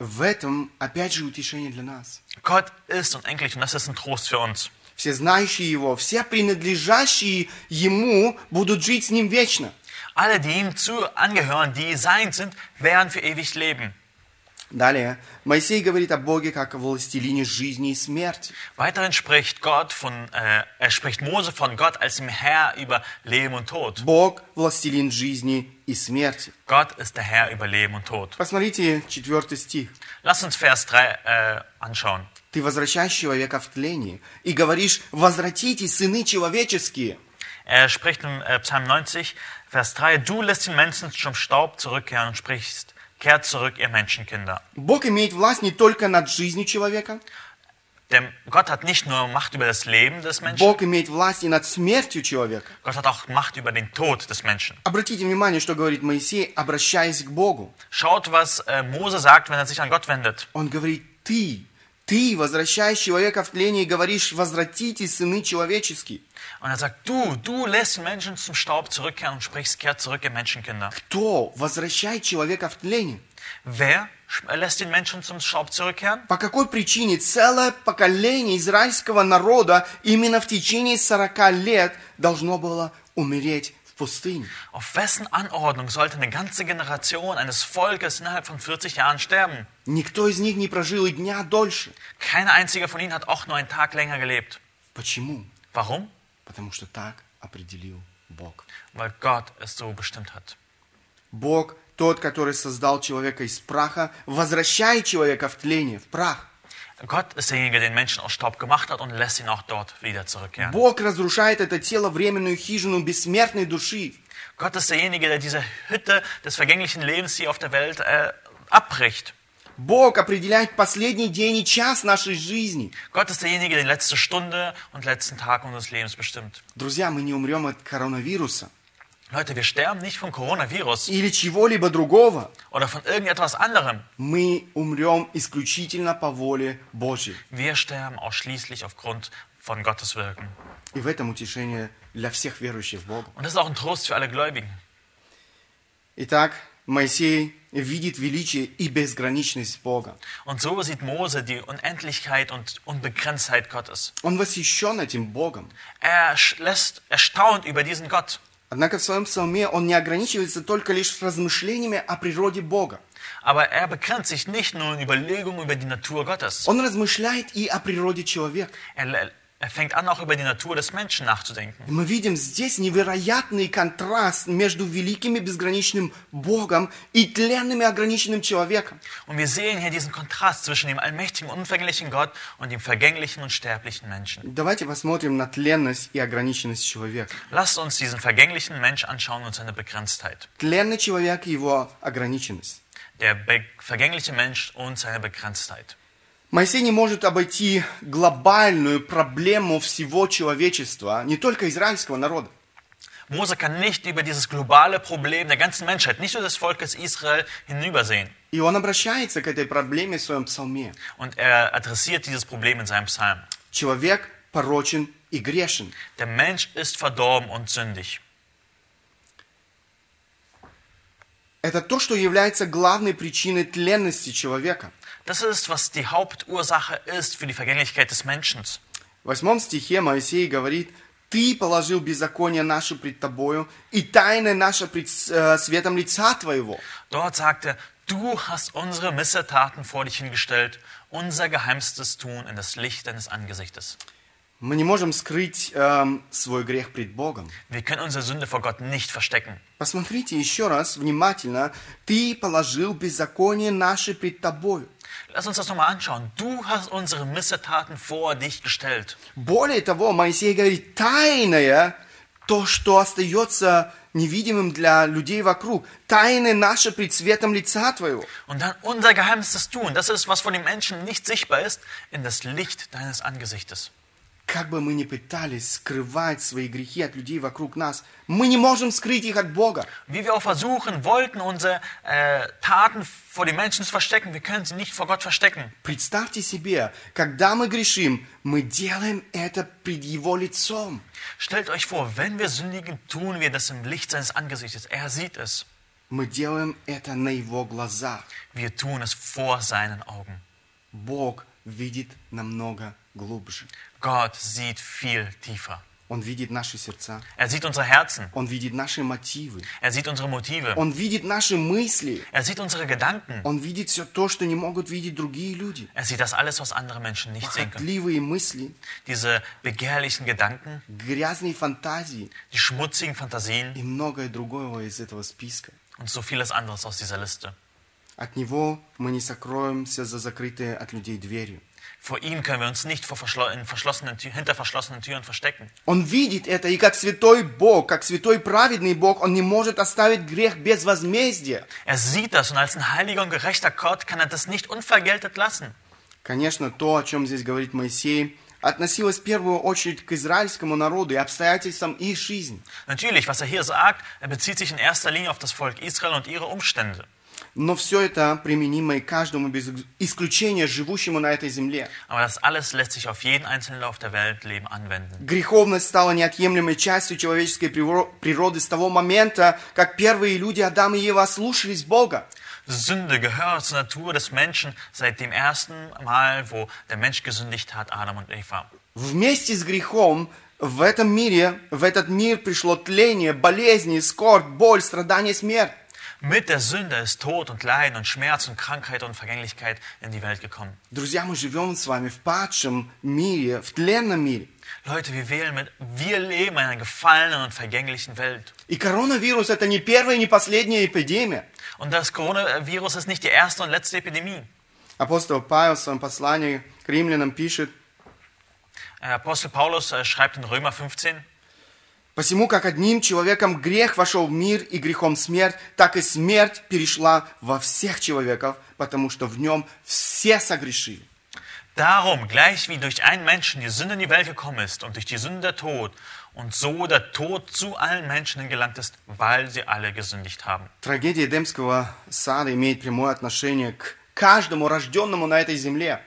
в этом, опять же, утешение для нас.
Gott ist unendlich und das ist ein Trost für uns.
Все знающие Его, все принадлежащие Ему будут жить с Ним вечно.
Alle, die ihm zu angehören, die sein sind, werden für ewig leben.
Далее, Моисей говорит о Боге как о властелине жизни и смерти.
Weiterhin spricht Gott von, äh, er spricht Mose von Gott als dem Herr über Leben und Tod.
Бог – властелин жизни и смерти.
Gott ist der Herr über Leben und Tod.
Посмотрите четвертый стих.
Lass uns Vers 3 äh, anschauen.
«Ты возвращаешь человека в тление и говоришь, возвратитесь, сыны человеческие».
Er spricht im äh, Psalm 90, Vers 3, du lässt den Menschen zum Staub zurückkehren und sprichst, kehrt zurück, ihr Menschenkinder.
Бог имеет власть не только над жизнью человека,
Denn Gott hat nicht nur Macht über das Leben des Menschen,
Бог имеет власть и над смертью человека.
Gott hat auch Macht über den Tod des Menschen.
Обратите внимание, что говорит Моисей, обращаясь к Богу.
Schaut, was äh, Mose sagt, wenn er sich an Gott wendet.
Он говорит, ты, ты возвращаешь человека в тление и говоришь, возвратитесь, сыны человеческие.
Und er sagt, du, du lässt den Menschen zum Staub zurückkehren und sprichst, kehrt zurück, ihr Menschenkinder.
Кто возвращает человека в тление?
Wer sch- lässt den Menschen zum Staub zurückkehren?
По какой причине целое поколение израильского народа именно в течение 40 лет должно было умереть в пустыне?
Auf wessen Anordnung sollte eine ganze Generation eines Volkes innerhalb von 40 Jahren sterben?
Никто из них не прожил и дня дольше.
Kein einziger von ihnen hat auch nur einen Tag länger gelebt.
Почему?
Warum?
Потому что так определил Бог.
Weil Gott es so bestimmt hat.
Бог, тот, который создал человека из праха, возвращает человека в тление, в прах.
Gott ist derjenige, der den Menschen aus Staub gemacht hat und lässt ihn auch dort wieder zurückkehren.
Бог разрушает это тело, временную хижину бессмертной души.
Gott ist derjenige, der diese Hütte des vergänglichen Lebens hier auf der Welt äh, abbricht.
Бог определяет последний день и час нашей жизни.
Gott ist derjenige, der die letzte Stunde und letzten Tag unseres Lebens bestimmt.
Друзья, мы не умрем от коронавируса
Leute, wir sterben nicht vom Coronavirus
или чего-либо другого.
oder von irgendetwas anderem.
Мы умрем исключительно по воле Божьей.
Wir sterben ausschließlich aufgrund von Gottes Wirken.
И в этом утешение для всех верующих в Бога.
Und das ist auch ein Trost für alle Gläubigen.
Итак, Моисей видит величие и безграничность Бога.
Und so sieht Mose die Unendlichkeit und Unbegrenztheit Gottes.
Он восхищен этим Богом.
Er sch- lässt erstaunt über diesen Gott.
Однако в своем псалме он не ограничивается только лишь размышлениями о природе Бога.
Aber er begrenzt sich nicht nur in Überlegungen über die Natur Gottes.
Он размышляет и о природе человека.
Er, er fängt an, auch über die Natur des Menschen nachzudenken.
И мы видим здесь невероятный контраст между великим и безграничным Богом и тленным и ограниченным человеком.
Und wir sehen hier diesen Kontrast zwischen dem allmächtigen, unvergänglichen Gott und dem vergänglichen und sterblichen Menschen.
Давайте посмотрим на тленность и ограниченность человека.
Lasst uns diesen vergänglichen Mensch anschauen und seine Begrenztheit.
Тленный человек и его ограниченность.
Der be vergängliche Mensch und seine Begrenztheit.
Моисей не может обойти глобальную проблему всего человечества, не только израильского народа.
Mose kann nicht über dieses globale Problem der ganzen Menschheit, nicht nur des Volkes Israel, hinübersehen.
И он обращается к этой проблеме в своем псалме.
Und er adressiert dieses Problem in seinem Psalm.
Человек порочен и грешен.
Der Mensch ist verdorben und sündig.
Это то, что является главной причиной тленности человека.
Das ist, was die Hauptursache ist für die Vergänglichkeit des Menschen.
В восьмом стихе Моисей говорит, «Ты положил беззаконие наше пред тобою, и тайна наша пред э, светом лица твоего».
Dort sagt er, du hast unsere Missetaten vor dich hingestellt, unser geheimstes Tun in das Licht deines Angesichtes.
Мы не можем скрыть эм, свой грех пред Богом.
Wir können unsere Sünde vor Gott nicht verstecken.
Посмотрите еще раз внимательно. Ты положил беззаконие наше пред тобою.
Lass uns das nochmal anschauen. Du hast unsere Missetaten vor dich gestellt.
Более того, Моисей говорит, тайное, то, что остается невидимым для людей вокруг, тайное наше пред светом лица Твоего.
Und dann unser Geheimnis das tun. Das ist, was von den Menschen nicht sichtbar ist, in das Licht deines Angesichtes.
Как бы мы ни пытались скрывать свои грехи от людей вокруг нас, мы не можем скрыть их от Бога.
Wie wir auch versuchen wollten, unsere äh, Taten vor den Menschen zu verstecken, wir können sie nicht vor Gott verstecken.
Представьте себе, когда мы грешим, мы делаем это пред Его лицом.
Stellt euch vor, wenn wir sündigen, tun wir das im Licht seines Angesichtes. Er sieht es.
Мы делаем это на Его глазах.
Wir tun es vor seinen Augen.
Бог видит намного глубже.
Gott sieht viel tiefer.
Он видит наши сердца.
Er sieht unsere Herzen.
Он видит наши мотивы.
Er sieht unsere Motive.
Он видит наши мысли.
Er sieht unsere Gedanken.
Он видит все то, что не могут видеть другие люди.
Er sieht das alles, was andere Menschen nicht sehen können.
Похотливые мысли,
Diese begehrlichen Gedanken,
грязные фантазии
die schmutzigen Fantasien
и многое другое из этого списка.
und so vieles anderes aus dieser Liste.
От него мы не сокроемся за закрытые от людей дверью.
Vor ihm können wir uns nicht vor verschlo in verschlossenen Tü hinter verschlossenen Türen verstecken.
Он видит это, и как святой Бог, как святой праведный Бог, он не может оставить грех без возмездия.
Er sieht das und als ein heiliger und gerechter Gott kann er das nicht unvergeltet lassen.
Конечно, то, о чем здесь говорит Моисей, относилось в первую очередь к израильскому народу и обстоятельствам их жизни.
Natürlich, was er hier sagt, er bezieht sich in erster Linie auf das Volk Israel und ihre Umstände.
Но все это применимо и каждому без исключения живущему на этой земле.
Aber das alles lässt sich auf jeden einzelnen auf der Welt leben anwenden.
Греховность стала неотъемлемой частью человеческой приво- природы с того момента, как первые люди Адам и Ева ослушались Бога.
Sünde gehört zur Natur des Menschen seit dem ersten Mal, wo der Mensch gesündigt hat, Adam und Eva.
Вместе с грехом в этом мире, в этот мир пришло тление, болезни, скорбь, боль, страдания, смерть.
Mit der Sünde ist Tod und Leiden und Schmerz und Krankheit und Vergänglichkeit in die Welt gekommen.
Друзья, мы живем с вами в падшем мире, в тленном мире.
Leute, wir wählen mit, wir leben in einer gefallenen und vergänglichen Welt.
И коронавирус это не первая и не последняя эпидемия.
Und das Coronavirus ist nicht die erste und letzte Epidemie.
Апостол Павел в своем послании к римлянам пишет,
Äh, Apostel Paulus äh, schreibt in Römer 15,
Посему, как одним человеком грех вошел в мир и грехом смерть, так и смерть перешла во всех человеков, потому что в нем все согрешили.
Darum, gleich wie durch einen Menschen die Sünde in die Welt gekommen ist und durch die Sünde der Tod und so der Tod zu allen Menschen gelangt ist, weil sie alle gesündigt haben.
Трагедия Эдемского сада имеет прямое отношение к каждому рожденному на этой земле.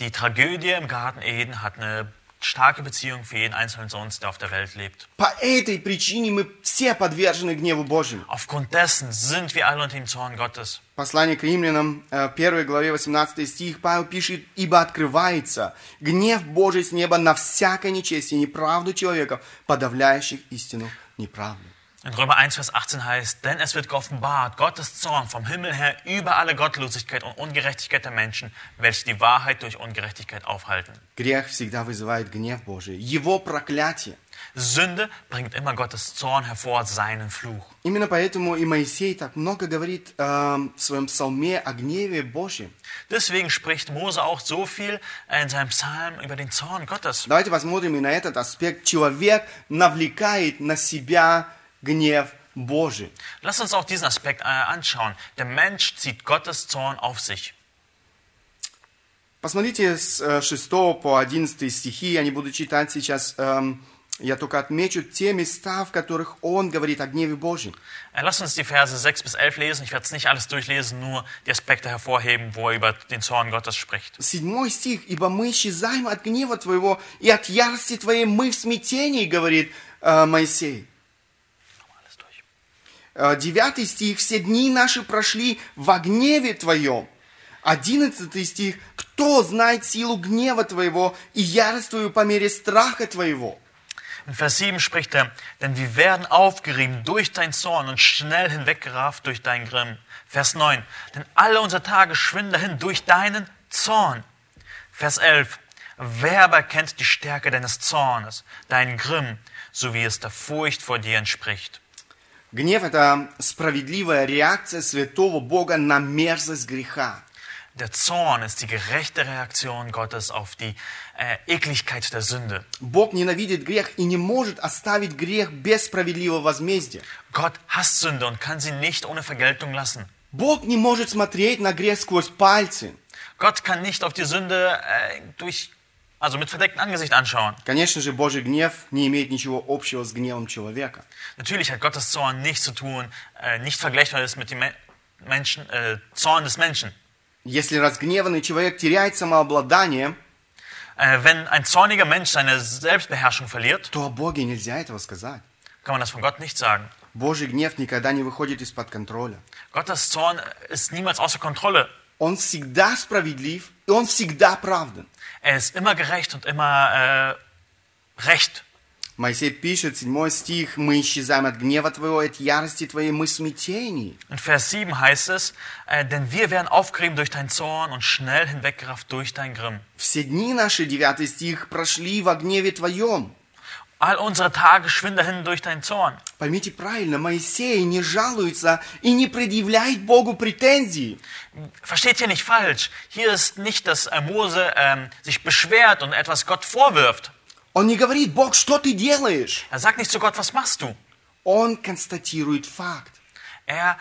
Die Tragödie im Garten Eden hat eine starke Beziehung für jeden einzelnen Sohn, der auf der Welt lebt.
По этой причине мы все подвержены гневу Божьему.
Aufgrund dessen sind wir alle unter dem Zorn Gottes.
Послание к римлянам, э, в 1 главе 18 стих, Павел пишет, «Ибо открывается гнев Божий с неба на всякое нечестие и неправду человеков, подавляющих истину неправду».
In Römer 1, Vers 18 heißt, denn es wird geoffenbart, Gottes Zorn vom Himmel her über alle Gottlosigkeit und Ungerechtigkeit der Menschen, welche die Wahrheit durch Ungerechtigkeit aufhalten.
Грех всегда вызывает гнев Божий, его проклятие.
Sünde bringt immer Gottes Zorn hervor, seinen Fluch.
Именно поэтому и Моисей так много говорит эм, в своем псалме о гневе Божьем.
Deswegen spricht Mose auch so viel in seinem Psalm über den Zorn Gottes.
Давайте посмотрим и на этот аспект. Человек навлекает на себя гнев Божий.
Lass uns auch diesen Aspekt äh, anschauen. Der Mensch zieht Gottes Zorn auf sich.
Посмотрите с э, 6 по 11 стихи, я не буду читать сейчас, эм, я только отмечу те места, в которых он говорит о гневе Божьем.
Äh, Lass uns die Verse 6 bis 11 lesen. Ich werde es nicht alles durchlesen, nur die Aspekte hervorheben, wo er über den Zorn Gottes spricht.
Седьмой стих, «Ибо мы исчезаем от гнева твоего, и от ярости твоей мы в смятении», говорит э, Моисей.
Alles durch.
Э, Девятый стих, «Все дни наши прошли во гневе твоем». Одиннадцатый стих, «Кто знает силу гнева твоего и ярость твою по мере страха твоего?»
In Vers 7 spricht er, denn wir werden aufgerieben durch deinen Zorn und schnell hinweggerafft durch deinen Grimm. Vers 9, denn alle unsere Tage schwinden dahin durch deinen Zorn. Vers 11, Wer aber kennt die Stärke deines Zornes, dein Grimm, so wie es der Furcht vor dir entspricht?
Гнев – это справедливая реакция святого Бога на мерзость греха.
Der Zorn ist die gerechte Reaktion Gottes auf die äh, Ekligkeit der Sünde.
Бог ненавидит грех и не может оставить грех без справедливого возмездия.
Gott hasst Sünde und kann sie nicht ohne Vergeltung lassen.
Бог не может смотреть на грех сквозь пальцы.
Gott kann nicht auf die Sünde äh, durch, also mit verdecktem Angesicht anschauen.
Конечно же, Божий гнев не имеет ничего общего с гневом человека.
Natürlich hat Gottes Zorn nichts zu tun, äh, nicht vergleichbar ist mit dem Me Menschen, äh, Zorn des Menschen.
Если разгневанный человек теряет самообладание,
Äh, wenn ein zorniger Mensch seine Selbstbeherrschung verliert,
то о Боге нельзя этого сказать.
kann man das von Gott nicht sagen.
Божий гнев никогда не выходит из-под контроля.
Gottes Zorn ist niemals außer Kontrolle.
Он всегда справедлив, и он всегда правдан.
Er ist immer gerecht und immer äh, recht.
Моисей пишет, 7 стих, «Мы исчезаем от гнева Твоего, от ярости Твоей, мы смятении».
In Vers 7 heißt es, äh, denn wir werden aufgerieben durch deinen Zorn und schnell hinweggerafft durch dein Grimm.
Все дни наши, 9 стих, прошли во гневе Твоем.
All unsere Tage schwinden dahin durch deinen Zorn.
Поймите правильно, Моисей не жалуется и не предъявляет Богу претензии.
Versteht hier nicht falsch. Hier ist nicht, dass äh, Mose ähm, sich beschwert und etwas Gott vorwirft.
Он не говорит, Бог, что ты делаешь?
Er sagt nicht zu Gott, was machst du?
Он констатирует факт.
Er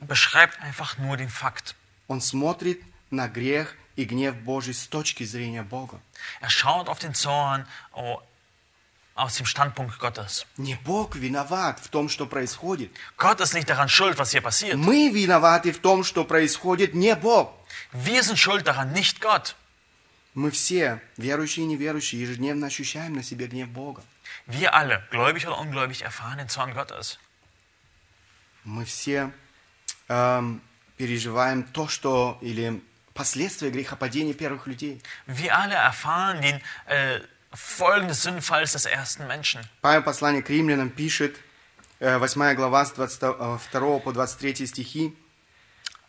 beschreibt einfach nur den Fakt.
Он смотрит на грех и гнев Божий с точки зрения Бога.
Er schaut auf den Zorn oh, aus dem Standpunkt Gottes.
Не Бог виноват в том, что происходит.
Gott ist nicht daran schuld, was hier passiert.
Мы виноваты в том, что происходит не Бог.
Wir sind schuld daran, nicht Gott.
Мы все, верующие и неверующие, ежедневно ощущаем на себе гнев Бога.
Wir alle, gläubig oder ungläubig, erfahren den Zorn Gottes.
Мы все эм, переживаем то, что или последствия грехопадения первых людей.
Wir alle erfahren den äh, Folgen des Sinnfalls des ersten Menschen.
Павел послание к римлянам пишет, э, 8 глава с 22 по 23 стихи.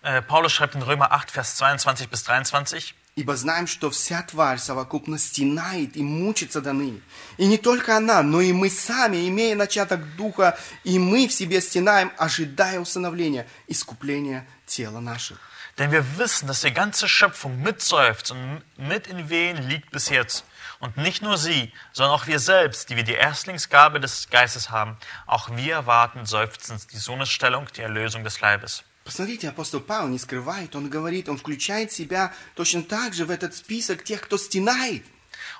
Äh, Paulus schreibt in Römer 8, Vers 22 bis 23.
Ибо знаем, что вся тварь совокупно стенает и мучится до ныне. И не только она, но и мы сами, имея начаток духа, и мы в себе стенаем, ожидая усыновления, искупления тела наших.
Denn wir wissen, dass die ganze Schöpfung mitseufzt und mit in Wehen liegt bis jetzt. Und nicht nur sie, sondern auch wir selbst, die wir die Erstlingsgabe des Geistes haben, auch wir erwarten seufzend die Sohnesstellung, die Erlösung des Leibes.
Посмотрите, апостол Павел не скрывает, он говорит, он включает себя точно так же в этот spисок тех, кто стенает.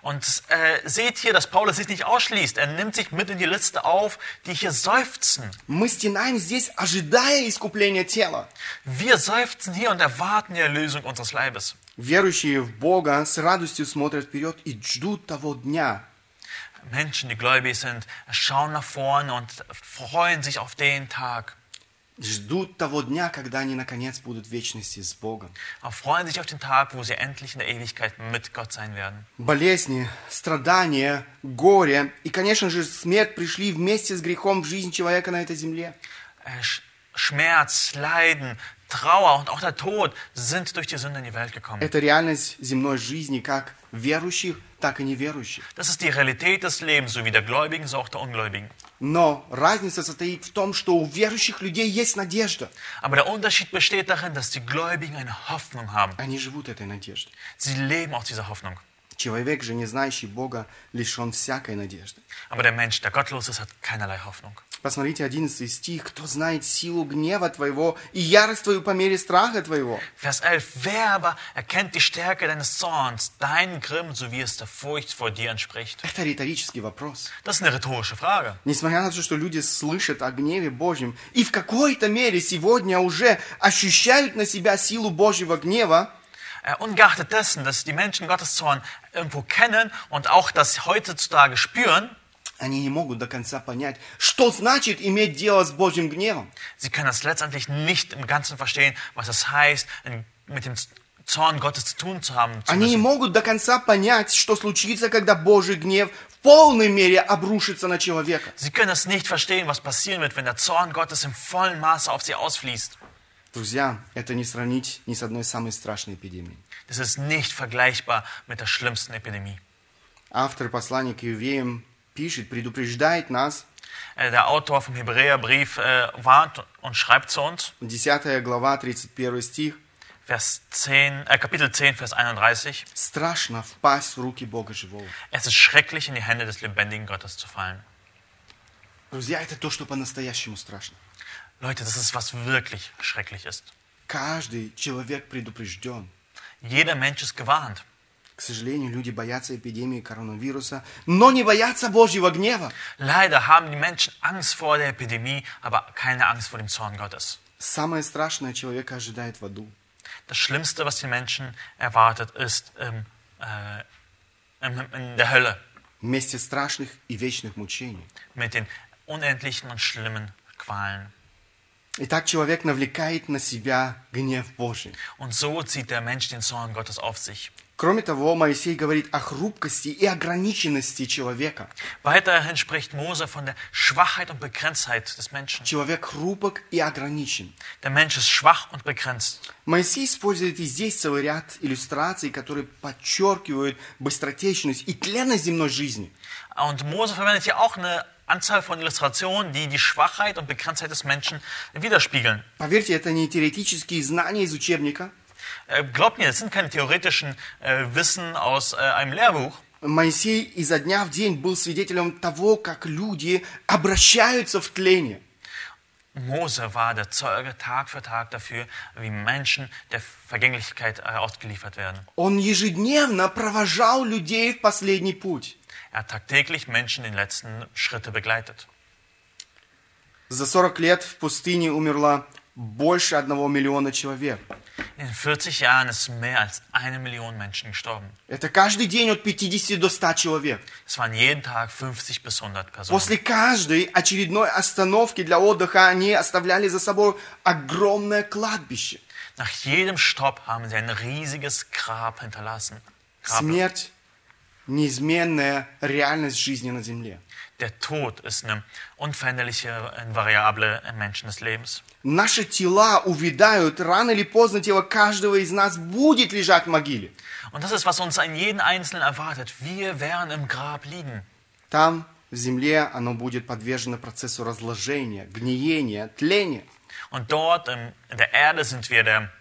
Und äh, seht hier, dass Paulus sich nicht ausschließt. Er nimmt sich mit in die Liste auf, die hier seufzen.
Мы стенаем здесь, ожидая искупления тела.
Wir seufzen hier und erwarten die Erlösung unseres Leibes.
Верующие в Бога с радостью смотрят вперед и ждут того дня,
Menschen, die gläubig sind, schauen nach vorne und freuen sich auf den Tag.
ждут того дня, когда они наконец будут в вечности с Богом.
Aber freuen sich auf den Tag, wo sie endlich in der Ewigkeit mit Gott sein werden.
Болезни, страдания, горе и, конечно же, смерть пришли вместе с грехом в жизнь человека на этой земле.
Äh, Sch- Schmerz, Leiden, Trauer und auch der Tod sind durch die Sünde in die Welt gekommen.
Это реальность земной жизни как верующих, так и неверующих.
Das ist die Realität des Lebens, sowie der Gläubigen, so auch der Ungläubigen.
Но разница состоит в том, что у верующих людей есть надежда.
Aber der Unterschied besteht darin, dass die Gläubigen eine Hoffnung haben.
Они живут этой надеждой.
Sie leben aus dieser Hoffnung.
Человек же, не знающий Бога, лишен всякой надежды.
Aber der Mensch, der gottlos ist, hat keinerlei Hoffnung.
Посмотрите 11 стих. «Кто знает силу гнева твоего и ярость твою по мере страха твоего?»
Vers 11. Wer aber erkennt die Stärke deines Zorns, deinen Grimm, so wie es der Furcht vor dir entspricht?
Это риторический вопрос.
Das ist eine rhetorische Frage.
Несмотря на то, что люди слышат о гневе Божьем и в какой-то мере сегодня уже ощущают на себя силу Божьего гнева,
Äh, ungeachtet dessen, dass die Menschen Gottes Zorn irgendwo kennen und auch das heutzutage spüren,
они не могут до конца понять, что значит иметь дело с Божьим гневом.
sie können das letztendlich nicht im Ganzen verstehen, was es heißt, in- mit dem Zorn Gottes zu tun zu haben. Zu
Они не
müssen.
могут до конца понять, что случится, когда Божий гнев в полной мере обрушится на человека.
Sie können das nicht verstehen, was passieren wird, wenn der Zorn Gottes im vollen Maße auf sie ausfließt.
Друзья, это не сравнить ни с одной самой страшной эпидемией.
Das ist nicht vergleichbar mit der schlimmsten Epidemie.
Автор послания к евреям пишет, предупреждает нас,
Äh, Der Autor vom Hebräerbrief äh, warnt und schreibt zu uns,
10 глава, 31 стих,
Vers 10, äh, Kapitel 10, Vers 31,
страшно впасть в руки Бога Живого.
es ist schrecklich, in die Hände des lebendigen Gottes zu fallen.
Друзья, это то, что по-настоящему страшно.
Leute, das ist, was wirklich schrecklich ist.
Каждый человек предупрежден.
Jeder Mensch ist gewarnt.
К сожалению, люди боятся эпидемии коронавируса, но не боятся Божьего гнева.
Leider haben die Menschen Angst vor der Epidemie, aber keine Angst vor dem Zorn Gottes.
Самое страшное человека ожидает в аду.
Das Schlimmste, was die Menschen erwartet, ist im, äh, im, in der Hölle
Вместе страшных и вечных мучений.
mit den unendlichen und schlimmen Qualen.
Итак, человек навлекает на себя гнев Божий.
Und so zieht der Mensch den Zorn Gottes auf sich.
Кроме того, Моисей говорит о хрупкости и ограниченности человека.
Weiterhin spricht Mose von der Schwachheit und Begrenztheit des Menschen.
Человек хрупок и ограничен.
Der Mensch ist schwach und begrenzt.
Моисей использует и здесь целый ряд иллюстраций, которые подчеркивают быстротечность и тленно земной жизни.
Und Mose verwendet hier auch eine Anzahl von Illustrationen, die die Schwachheit und Begrenztheit des Menschen widerspiegeln.
Поверьте, это не теоретические знания из учебника.
Äh, Glaubt mir, das sind keine theoretischen äh, Wissen aus äh, einem Lehrbuch.
Моисей изо дня в день был свидетелем того, как люди обращаются в тление.
Mose war der Zeuge Tag für Tag dafür, wie Menschen der Vergänglichkeit äh, ausgeliefert werden.
Он ежедневно провожал людей в последний путь.
Er hat tagtäglich Menschen den letzten Schritte begleitet.
За 40 лет в пустыне умерло больше одного миллиона человек.
In den 40 Jahren ist mehr als eine Million Menschen gestorben.
Это каждый день от 50 до 100 человек.
Es waren jeden Tag 50 bis 100 Personen.
После каждой очередной остановки для отдыха они оставляли за собой огромное кладбище.
Nach jedem Stopp haben sie ein riesiges Grab hinterlassen. Grab.
Смерть – неизменная реальность жизни на земле.
Der Tod ist eine unveränderliche äh, Variable im Menschen des Lebens.
Наши тела увядают, рано или поздно тело каждого из нас будет лежать в могиле.
Und das ist, was uns an jeden Einzelnen erwartet. Wir werden im Grab liegen.
Там, в земле, оно будет подвержено процессу разложения, гниения, тления.
Und dort ähm, in der Erde sind wir der,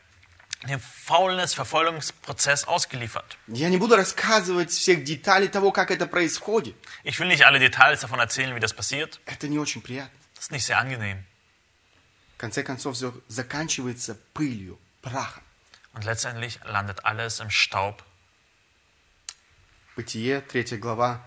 dem Faulness-Verfolgungsprozess ausgeliefert.
Я не буду рассказывать всех деталей того, как это происходит.
Ich will nicht alle Details davon erzählen, wie das passiert.
Это не очень приятно.
Das ist nicht sehr angenehm.
В конце концов, все заканчивается пылью, прахом.
Und letztendlich landet alles im Staub.
Бытие, 3 глава,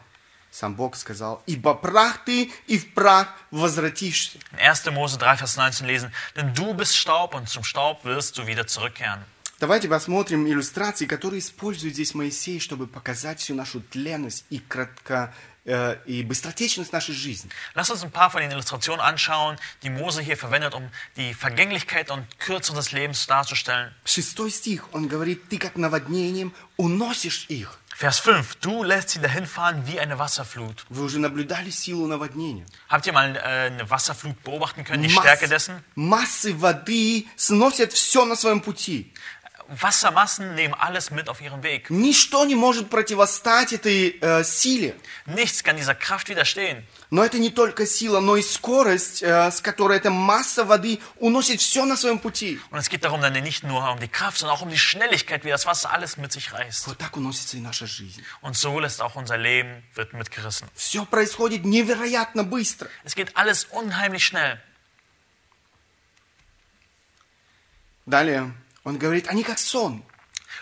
сам Бог сказал, «Ибо прах ты, и в прах возвратишься».
In 1. Mose 3, Vers 19 lesen, denn du bist Staub und zum Staub wirst du wieder zurückkehren.
Давайте посмотрим иллюстрации, которые использует здесь Моисей, чтобы показать всю нашу тленность и, кратко, э, и быстротечность нашей жизни.
Lass uns ein paar von den Illustrationen anschauen, die Mose hier verwendet, um die Vergänglichkeit und Kürze des Lebens darzustellen.
Шестой стих, он говорит, «Ты как наводнением уносишь их».
Vers 5, du lässt sie dahinfahren wie eine Wasserflut.
Вы уже наблюдали силу наводнения.
Habt ihr mal äh, eine Wasserflut beobachten können, die
Масс-
Stärke dessen?
массы воды сносят все на своем пути.
Wassermassen nehmen alles mit auf ihren Weg.
Ничто не может противостать этой э, силе.
Nichts kann dieser Kraft widerstehen.
Но это не только сила, но и скорость, э, с которой эта масса воды уносит все на своем пути.
Und es geht darum dann nicht nur um die Kraft, sondern auch um die Schnelligkeit, wie das Wasser alles mit sich reißt.
Вот так уносится и наша жизнь.
Und so lässt auch unser Leben, wird mitgerissen.
Все происходит невероятно быстро.
Es geht alles unheimlich schnell.
Далее он говорит, они как сон.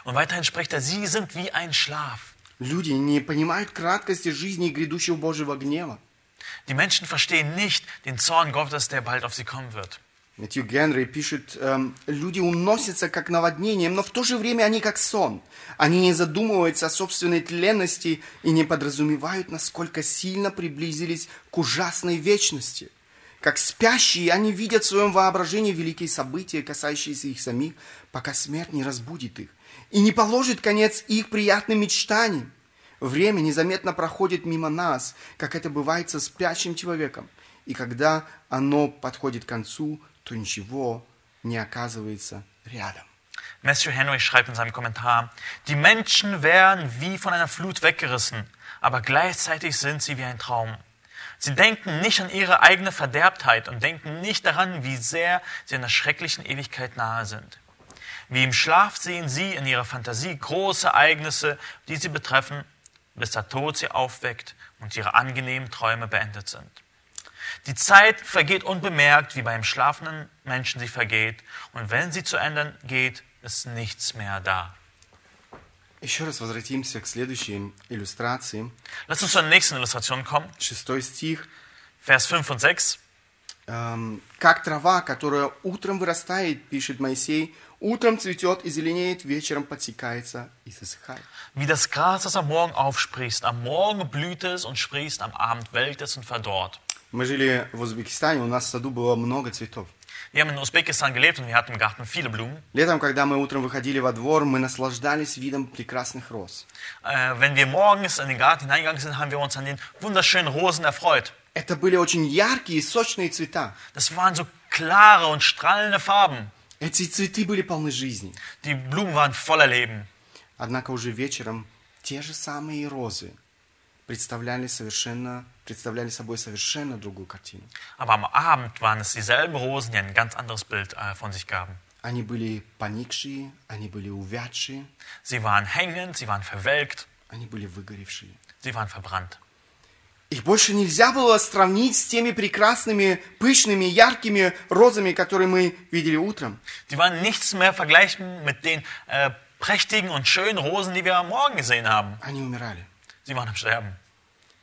Und weiterhin spricht er, sie sind wie ein Schlaf.
Люди не понимают краткости жизни и грядущего Божьего гнева.
Die Menschen verstehen nicht den Zorn Gottes, der bald auf sie kommen wird.
Мэтью Генри пишет, эм, люди уносятся как наводнением, но в то же время они как сон. Они не задумываются о собственной тленности и не подразумевают, насколько сильно приблизились к ужасной вечности. Как спящие, они видят в своем воображении великие события, касающиеся их самих, пока смерть не разбудит их и не положит конец их приятным мечтаниям. Время незаметно проходит мимо нас, как это бывает со спящим человеком. И когда оно подходит к концу, то ничего не оказывается рядом.
Matthew Henry schreibt in seinem Kommentar, die Menschen werden wie von einer Flut weggerissen, aber gleichzeitig sind sie wie ein Traum. Sie denken nicht an ihre eigene Verderbtheit und denken nicht daran, wie sehr sie einer schrecklichen Ewigkeit nahe sind. Wie im Schlaf sehen sie in ihrer Fantasie große Ereignisse, die sie betreffen, bis der Tod sie aufweckt und ihre angenehmen Träume beendet sind. Die Zeit vergeht unbemerkt, wie beim schlafenden Menschen sie vergeht, und wenn sie zu Ende geht, ist nichts mehr da.
Еще раз возвратимся к следующей иллюстрации.
Lass uns zur nächsten Illustration kommen,
Шестой стих.
Vers 5 und 6.
Эм, «Как трава, которая утром вырастает, — пишет Моисей, — утром цветет и зеленеет, вечером подсекается и засыхает».
Wie das Gras, das am Morgen aufsprießt, am Morgen blüht es und sprießt, am Abend welkt es und verdorrt.
Мы жили в Узбекистане, у нас в саду было много цветов.
Wir haben in Usbekistan gelebt und wir hatten im Garten viele Blumen.
Летом, когда мы утром выходили во двор, мы наслаждались видом прекрасных роз.
Äh, wenn wir morgens in den Garten hineingegangen sind, haben wir uns an den wunderschönen Rosen erfreut.
Это были очень яркие и сочные цвета.
Das waren so klare und strahlende Farben.
Эти цветы были полны жизни.
Die Blumen waren voller Leben.
Однако уже вечером те же самые розы представляли, совершенно, представляли собой совершенно другую картину.
Aber am Abend waren es dieselben Rosen, die ein ganz anderes Bild äh, von sich gaben.
Они были поникшие, они были увядшие,
Sie waren hängend, sie waren verwelkt,
они были выгоревшие.
sie waren verbrannt.
Их больше нельзя было сравнить с теми прекрасными, пышными, яркими розами, которые мы видели утром.
Die waren nichts mehr vergleichen mit den äh, prächtigen und schönen Rosen, die wir am Morgen gesehen haben.
Они умирали.
Sie waren am Sterben.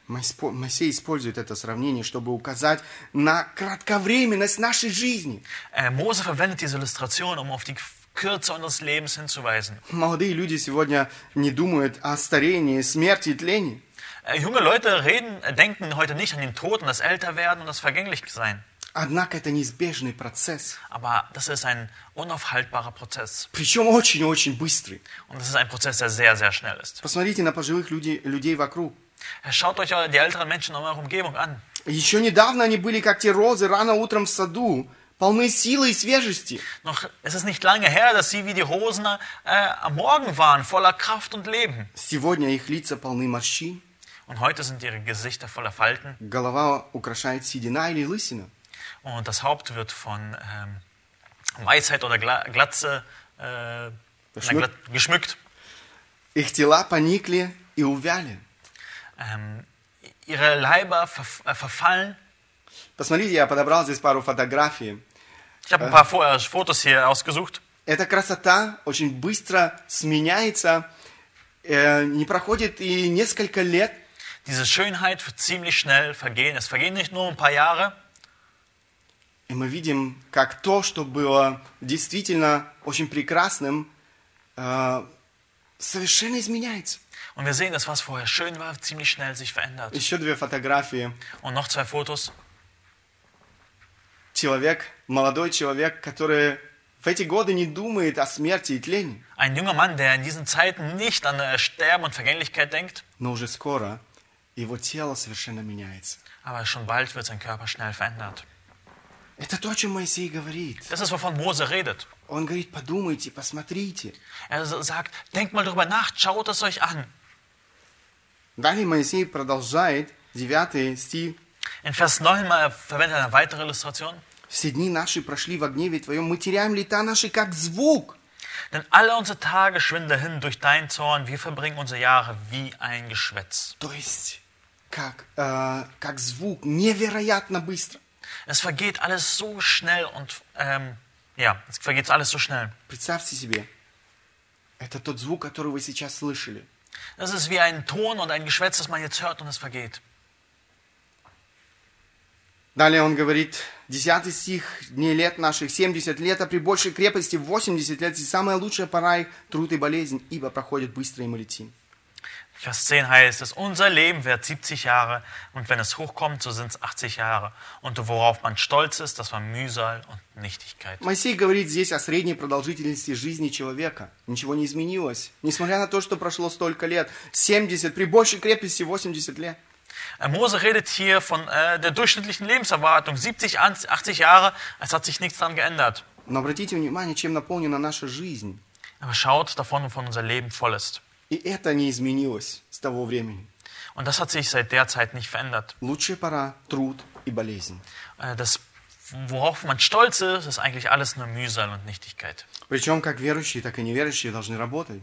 Моиспо- Моисей использует это сравнение, чтобы указать на кратковременность нашей жизни.
Äh, Mose verwendet diese Illustration, um auf die Kürze unseres Lebens hinzuweisen.
Молодые люди сегодня не думают о старении, смерти и тлении.
Äh, junge Leute reden, äh, denken heute nicht an den Tod und das Älterwerden und das Vergänglichsein.
Однако это неизбежный процесс,
Aber das ist ein unaufhaltbarer Prozess.
причем очень-очень быстрый.
Und das ist ein Prozess, der sehr, sehr schnell ist.
Посмотрите на пожилых люди- людей вокруг.
Schaut euch die älteren Menschen in eurer Umgebung an.
Еще недавно они были, как те розы, рано утром в саду, полны силы и свежести.
Noch, es ist nicht lange her, dass sie wie die Rosen äh, am Morgen waren, voller Kraft und Leben.
Сегодня их лица полны морщин,
Und heute sind ihre Gesichter voller Falten
голова украшает седина или лысина.
und das Haupt wird von ähm, Weisheit oder Gla Glatze äh,
Geschmückt.
na, glat- geschmückt.
Их тела поникли и увяли.
Ähm, ihre Leiber verf äh, verfallen.
Посмотрите, я подобрал здесь пару фотографий.
Ich habe ein paar Fo äh, Fotos hier ausgesucht.
Эта красота очень быстро сменяется, э, не проходит и несколько лет,
Diese Schönheit wird ziemlich schnell vergehen. Es vergehen nicht nur ein paar Jahre.
и мы видим, как то, что было действительно очень прекрасным, э, совершенно изменяется.
Und wir sehen, dass was vorher schön war, ziemlich schnell sich verändert.
Еще две фотографии.
Und noch zwei Fotos.
Человек, молодой человек, который в эти годы не думает о смерти и тлении,
Ein junger Mann, der in diesen Zeiten nicht an äh, Sterben und Vergänglichkeit denkt,
но уже скоро его тело совершенно меняется.
aber schon bald wird sein Körper schnell verändert.
Это то, о чем Моисей говорит.
Das ist, wovon Mose redet.
Он говорит, подумайте, посмотрите.
Er s- sagt, denkt mal drüber nach, schaut es euch an.
Далее Моисей продолжает 9 стих.
In Vers 9 mal verwendet er eine weitere Illustration.
«Все дни наши прошли в гневе Твоем, мы теряем лета наши, как звук».
Denn alle unsere Tage schwinden dahin durch deinen Zorn, wir verbringen unsere Jahre wie ein Geschwätz.
То есть, как, э, как звук, невероятно быстро.
Es vergeht alles so schnell und, ähm, ja, es vergeht alles so schnell.
Представьте себе, это тот звук, который вы сейчас слышали.
Das ist wie ein Ton und ein Geschwätz, das man jetzt hört und es vergeht.
Далее он говорит, 10 стих, дней лет наших 70 лет, а при большей крепости 80 лет, и самая лучшая пора их труд и болезнь, ибо проходит быстро и мы летим.
Vers 10 heißt es, unser Leben währt 70 Jahre und wenn es hochkommt, so sind es 80 Jahre. Und worauf man stolz ist, das war Mühsal und Nichtigkeit.
Моисей говорит здесь о средней продолжительности жизни человека. Nичего не изменилось. Nесмотря на то, что прошло столько лет, 70, при большей крепости 80 лет.
Äh, Mose redet hier von äh, der durchschnittlichen Lebenserwartung, 70, an- 80 Jahre, es hat sich nichts daran geändert.
Но обратите внимание, чем наполнена наша жизнь.
Aber schaut davon, wovon unser Leben voll ist.
И это не изменилось с того времени.
Und das hat sich seit der Zeit nicht verändert.
Лучшая пора – труд и болезнь.
Äh, Das, worauf man stolz ist, ist eigentlich alles nur Mühsal und Nichtigkeit.
Причем как верующие, так и неверующие должны работать.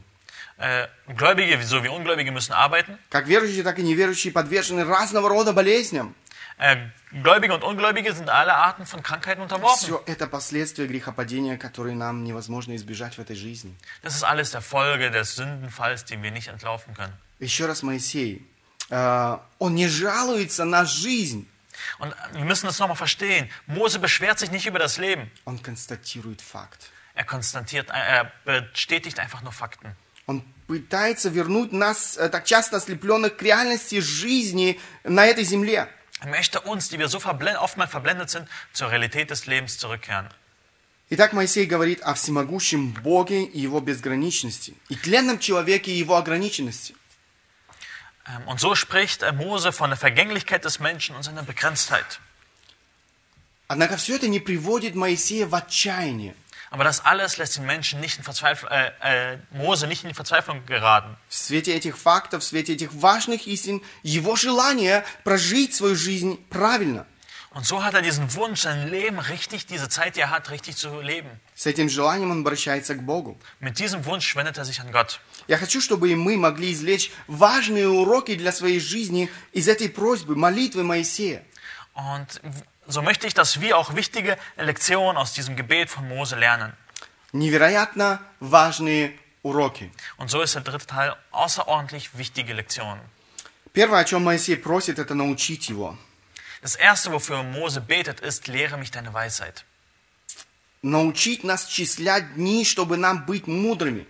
Äh, Gläubige, so wie Ungläubige, müssen arbeiten.
Как верующие, так и неверующие подвержены разного рода болеznям.
Äh, Gläubige und Ungläubige sind aller Arten von Krankheiten unterworfen.
Все это последствия грехопадения, которые нам невозможно избежать в этой жизни.
Das ist alles der Folge des Sündenfalls, dem wir nicht entlaufen können.
Еще раз Моисей, э, он не жалуется на жизнь,
Und wir müssen das nochmal verstehen. Mose beschwert sich nicht über das Leben.
он konstatiрует fakt.
Er konstatiert, äh, er bestätigt einfach nur Fakten.
Он пытается вернуть нас, э, так часто ослепленных к реальности жизни на этой земле.
Er möchte uns, die wir so verblendet, oftmals verblendet sind, zur Realität des Lebens zurückkehren.
Итак, Моисей говорит о всемогущем Боге и его безграничности, и тленном человеке и его ограниченности.
Ähm, Und so spricht äh, Mose von der Vergänglichkeit des Menschen und seiner Begrenztheit.
Однако все это не приводит Моисея в отчаяние.
Aber das alles lässt den Menschen nicht in Verzweiflung, äh, äh, Mose nicht in die Verzweiflung geraten.
В свете этих фактов, в свете этих важных истин, его желание прожить свою жизнь правильно.
Und so hat er diesen Wunsch, sein Leben richtig, diese Zeit, die er hat, richtig zu leben.
С этим желанием он обращается к Богу.
Mit diesem Wunsch wendet er sich an Gott.
Я хочу, чтобы и мы могли извлечь важные уроки для своей жизни из этой просьбы, молитвы Моисея.
Und so möchte ich, dass wir auch wichtige Lektionen aus diesem Gebet von Mose lernen.
Невероятно важные уроки.
Und so ist der dritte Teil außerordentlich wichtige Lektionen.
Первое, о чем Моисей просит, это научить его.
Das erste, wofür Mose betet, ist, lehre mich deine Weisheit.
Научить нас числять дни, чтобы нам быть мудрыми.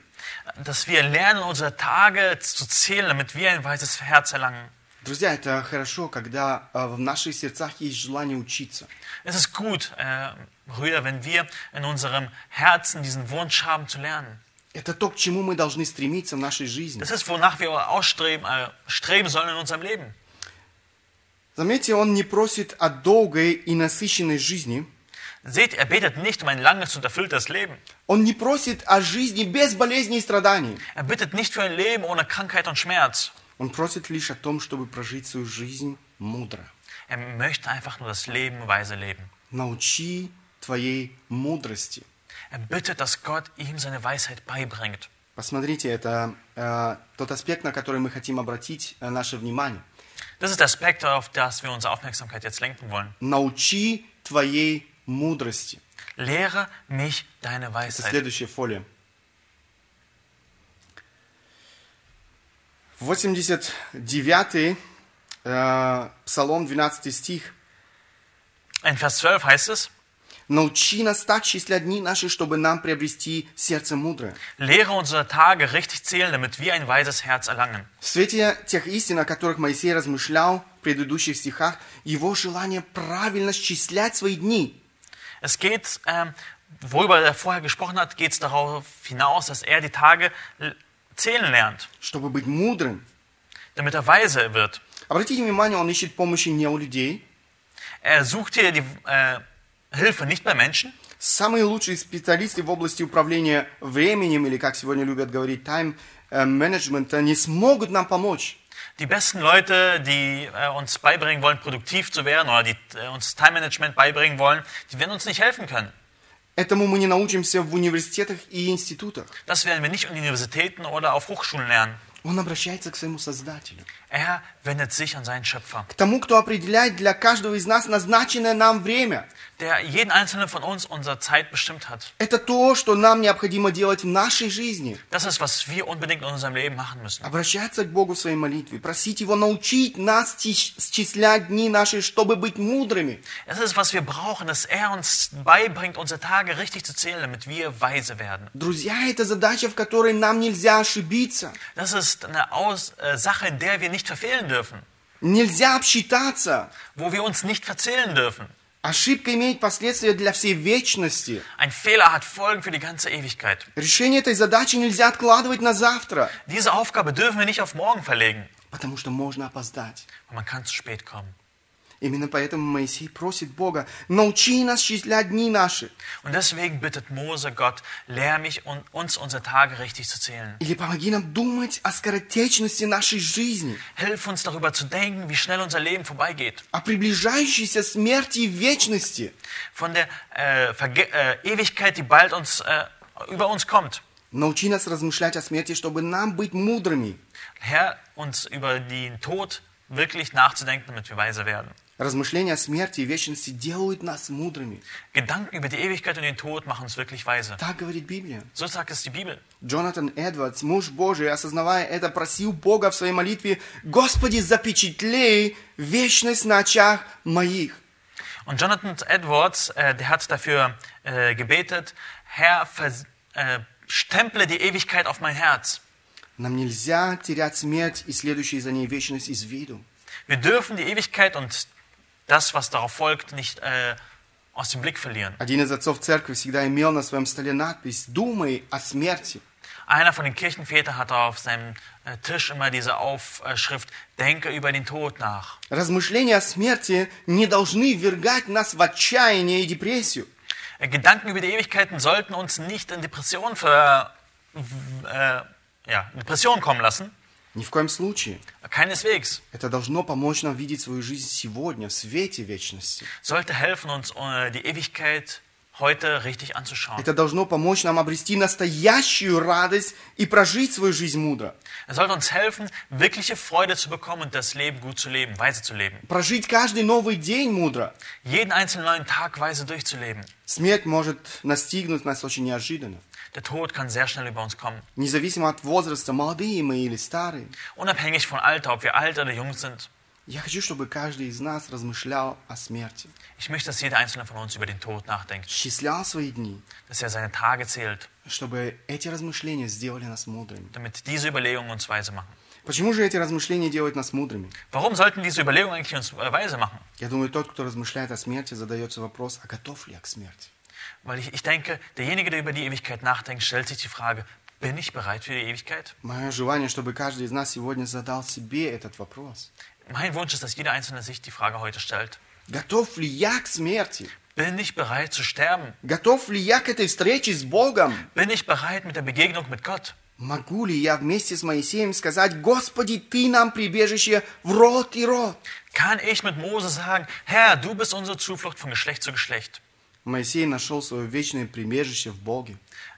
Dass wir lernen, unsere Tage zu zählen, damit wir ein weises Herz erlangen.
Друзья, это хорошо, когда э, в наших сердцах есть желание учиться.
Es ist gut, äh, Brüder, wenn wir in unserem Herzen diesen Wunsch haben zu lernen.
Это то, к чему мы должны стремиться в нашей жизни.
Das ist, wonach wir ausstreben, äh, streben sollen in unserem Leben.
Заметьте, он не просит о долгой и насыщенной жизни.
Seht, er betet nicht um ein langes und erfülltes Leben.
Он не просит о жизни без болезней и страданий.
Er bittet nicht für ein Leben ohne Krankheit und Schmerz.
Он просит лишь о том, чтобы прожить свою жизнь мудро.
Er möchte einfach nur das Leben weise leben.
Научи твоей мудрости.
Er bittet, dass Gott ihm seine Weisheit beibringt.
Посмотрите, это э, тот аспект, на который мы хотим обратить äh, наше внимание.
Das ist der Aspekt, auf das wir unsere Aufmerksamkeit jetzt lenken wollen.
Научи твоей мудрости.
Lehre mich deine
Это
Weisheit.
следующая фолия. 89 э, Псалом, 12 стих.
In Vers 12 heißt es,
Научи нас так числять дни наши, чтобы нам приобрести сердце мудрое.
lehre unsere Tage richtig zählen, damit wir ein weises Herz erlangen.
В свете тех истин, о которых Моисей размышлял в предыдущих стихах, его желание правильно счислять свои дни.
Es geht, ähm, worüber er vorher gesprochen hat, geht es darauf hinaus, dass er die Tage l- zählen lernt,
Чтобы быть мудрым.
damit er weise wird.
Обратите внимание, он ищет помощи не у людей.
Er sucht hier die äh, Hilfe nicht bei Menschen.
Самые лучшие специалисты в области управления временем, или как сегодня любят говорить, тайм-менеджмента, не смогут нам помочь.
Die besten Leute, die äh, uns beibringen wollen, produktiv zu werden oder die äh, uns Time Management beibringen wollen, die werden uns nicht helfen können.
Этому мы не научимся в университетах и институтах.
Das werden wir nicht an Universitäten oder auf Hochschulen lernen.
Он обращается к своему Создателю.
Er wendet sich an seinen Schöpfer,
К тому, кто определяет для каждого из нас назначенное нам время.
der jeden einzelnen von uns unsere Zeit bestimmt hat.
Это то, что нам необходимо делать в нашей жизни.
Das ist, was wir unbedingt in unserem Leben machen müssen.
Обращаться к Богу в своей молитве, просить Его научить нас чис- счислять дни наши, чтобы быть мудрыми.
Es ist, was wir brauchen, dass er uns beibringt, unsere Tage richtig zu zählen, damit wir weise werden.
Друзья, это задача, в которой нам нельзя ошибиться,
Das ist eine Aus äh, Sache, in der wir nicht verfehlen dürfen,
нельзя обсчитаться.
wo wir uns nicht verzählen dürfen.
Ошибка имеет последствия для всей вечности.
Ein Fehler hat Folgen für die ganze Ewigkeit.
Решение этой задачи нельзя откладывать на завтра,
Diese Aufgabe dürfen wir nicht auf morgen verlegen,
потому что можно опоздать.
weil man kann zu spät kommen.
Именно поэтому Моисей просит Бога, научи нас счислять дни наши.
Und deswegen bittet Mose Gott, lehr mich und uns unsere Tage richtig zu zählen.
Или помоги нам думать о скоротечности нашей жизни,
Hilf uns darüber zu denken, wie schnell unser Leben vorbeigeht.
о приближающейся смерти и вечности.
Von der äh, Verge äh, Ewigkeit, die bald uns, äh, über uns kommt.
Научи нас размышлять о смерти, чтобы нам быть мудрыми.
Herr, uns über den Tod wirklich nachzudenken, damit wir weiser werden.
Размышления о смерти и вечности делают нас мудрыми.
Gedanken über die Ewigkeit und den Tod machen uns wirklich weise.
Так говорит Библия.
So sagt es die Bibel.
Джонатан Эдвардс, муж Божий, осознавая это, просил Бога в своей молитве, «Господи, запечатлей вечность на очах моих».
Und Jonathan Edwards, äh, der hat dafür äh, gebetet, Herr, vers- äh, stemple die Ewigkeit auf mein Herz.
Нам нельзя терять смерть и следующую за ней вечность из виду.
Wir dürfen die Ewigkeit und das, was darauf folgt, nicht äh, aus dem Blick verlieren.
Один из отцов церкви всегда имел на своем столе надпись «Думай о смерти».
Einer von den Kirchenvätern hatte auf seinem äh, Tisch immer diese Aufschrift, denke über den Tod nach.
Размышления о смерти не должны ввергать нас в отчаяние и депрессию.
Äh, Gedanken über die Ewigkeiten sollten uns nicht in Depression, ver, w- äh, ja, in Depression kommen lassen.
Ни в коем случае.
Keineswegs.
Это должно помочь нам видеть свою жизнь сегодня, в свете вечности.
Sollte helfen, uns äh, die Ewigkeit heute richtig anzuschauen.
Это должно помочь нам обрести настоящую радость и прожить свою жизнь мудро.
Es sollte uns helfen, wirkliche Freude zu bekommen und das Leben gut zu leben, weise zu leben.
Прожить каждый новый день мудро.
Jeden einzelnen neuen Tag weise durchzuleben.
Смерть может настигнуть нас очень неожиданно.
Der Tod kann sehr schnell über uns kommen.
Независимо от возраста, молодые мы или старые.
Unabhängig von Alter, ob wir alt oder jung sind.
Я хочу, чтобы каждый из нас размышлял о смерти.
Ich möchte, dass jeder einzelne von uns über den Tod nachdenkt,
Счислял свои дни,
dass er seine Tage zählt,
чтобы эти размышления сделали нас мудрыми.
damit diese Überlegungen uns weise machen.
Почему же эти размышления делают нас мудрыми?
Warum sollten diese Überlegungen eigentlich uns äh, weise machen?
Я думаю, тот, кто размышляет о смерти, задается вопрос, а готов ли я к смерти?
Weil ich, ich denke, derjenige, der über die Ewigkeit nachdenkt, stellt sich die Frage, bin ich bereit für die Ewigkeit?
Мое желание, чтобы каждый из нас сегодня задал себе этот вопрос.
Mein Wunsch ist, dass jeder Einzelne sich die Frage heute stellt.
Готов ли я к смерти?
Bin ich bereit zu sterben?
Готов ли я к этой встрече с Богом?
Bin ich bereit mit der Begegnung mit Gott?
Могу ли я вместе с Моисеем сказать, Господи, Ты нам прибежище в рот и рот?
Kann ich mit Mose sagen, Herr, du bist unsere Zuflucht von Geschlecht zu Geschlecht?
Моисей нашел свое вечное прибежище в Боге.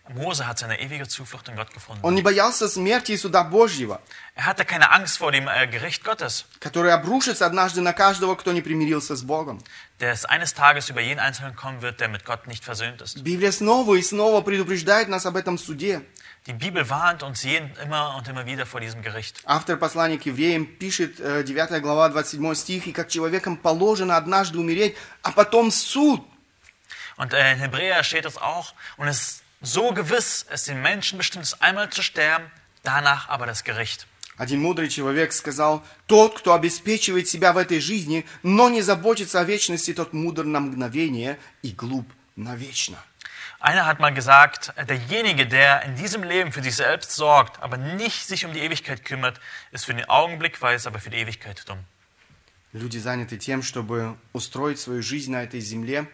Mose hat seine ewige Zuflucht in Gott gefunden.
Он не боялся смерти и суда Божьего,
Er hatte keine Angst vor dem äh, Gericht Gottes,
который обрушится однажды на каждого, кто не примирился с Богом.
das eines Tages über jeden Einzelnen kommen wird, der mit Gott nicht versöhnt ist.
Библия снова и снова предупреждает нас об этом суде.
Die Bibel warnt uns jeden immer und immer wieder vor diesem Gericht.
Автор послания к евреям пишет, э, 9 глава, 27 стих, «И как человеком положено однажды умереть, а потом суд».
Und äh, in Hebräer steht es auch, und es ist so gewiss, es den Menschen bestimmt ist, einmal zu sterben, danach aber das Gericht.
Один мудрый человек сказал, «Тот, кто обеспечивает себя в этой жизни, но не заботится о вечности, тот мудр на мгновение и глуп навечно».
Einer hat mal gesagt, äh, derjenige, der in diesem Leben für sich selbst sorgt, aber nicht sich um die Ewigkeit kümmert, ist für den Augenblick weiß, aber für die Ewigkeit dumm.
Люди заняты тем, чтобы ustроить свою жизнь на этой земле,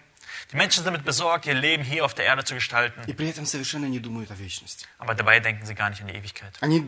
Die Menschen sind damit besorgt, ihr Leben hier auf der Erde zu gestalten,
и при этом совершенно не думают о вечности.
aber dabei denken sie gar nicht an die Ewigkeit.
Они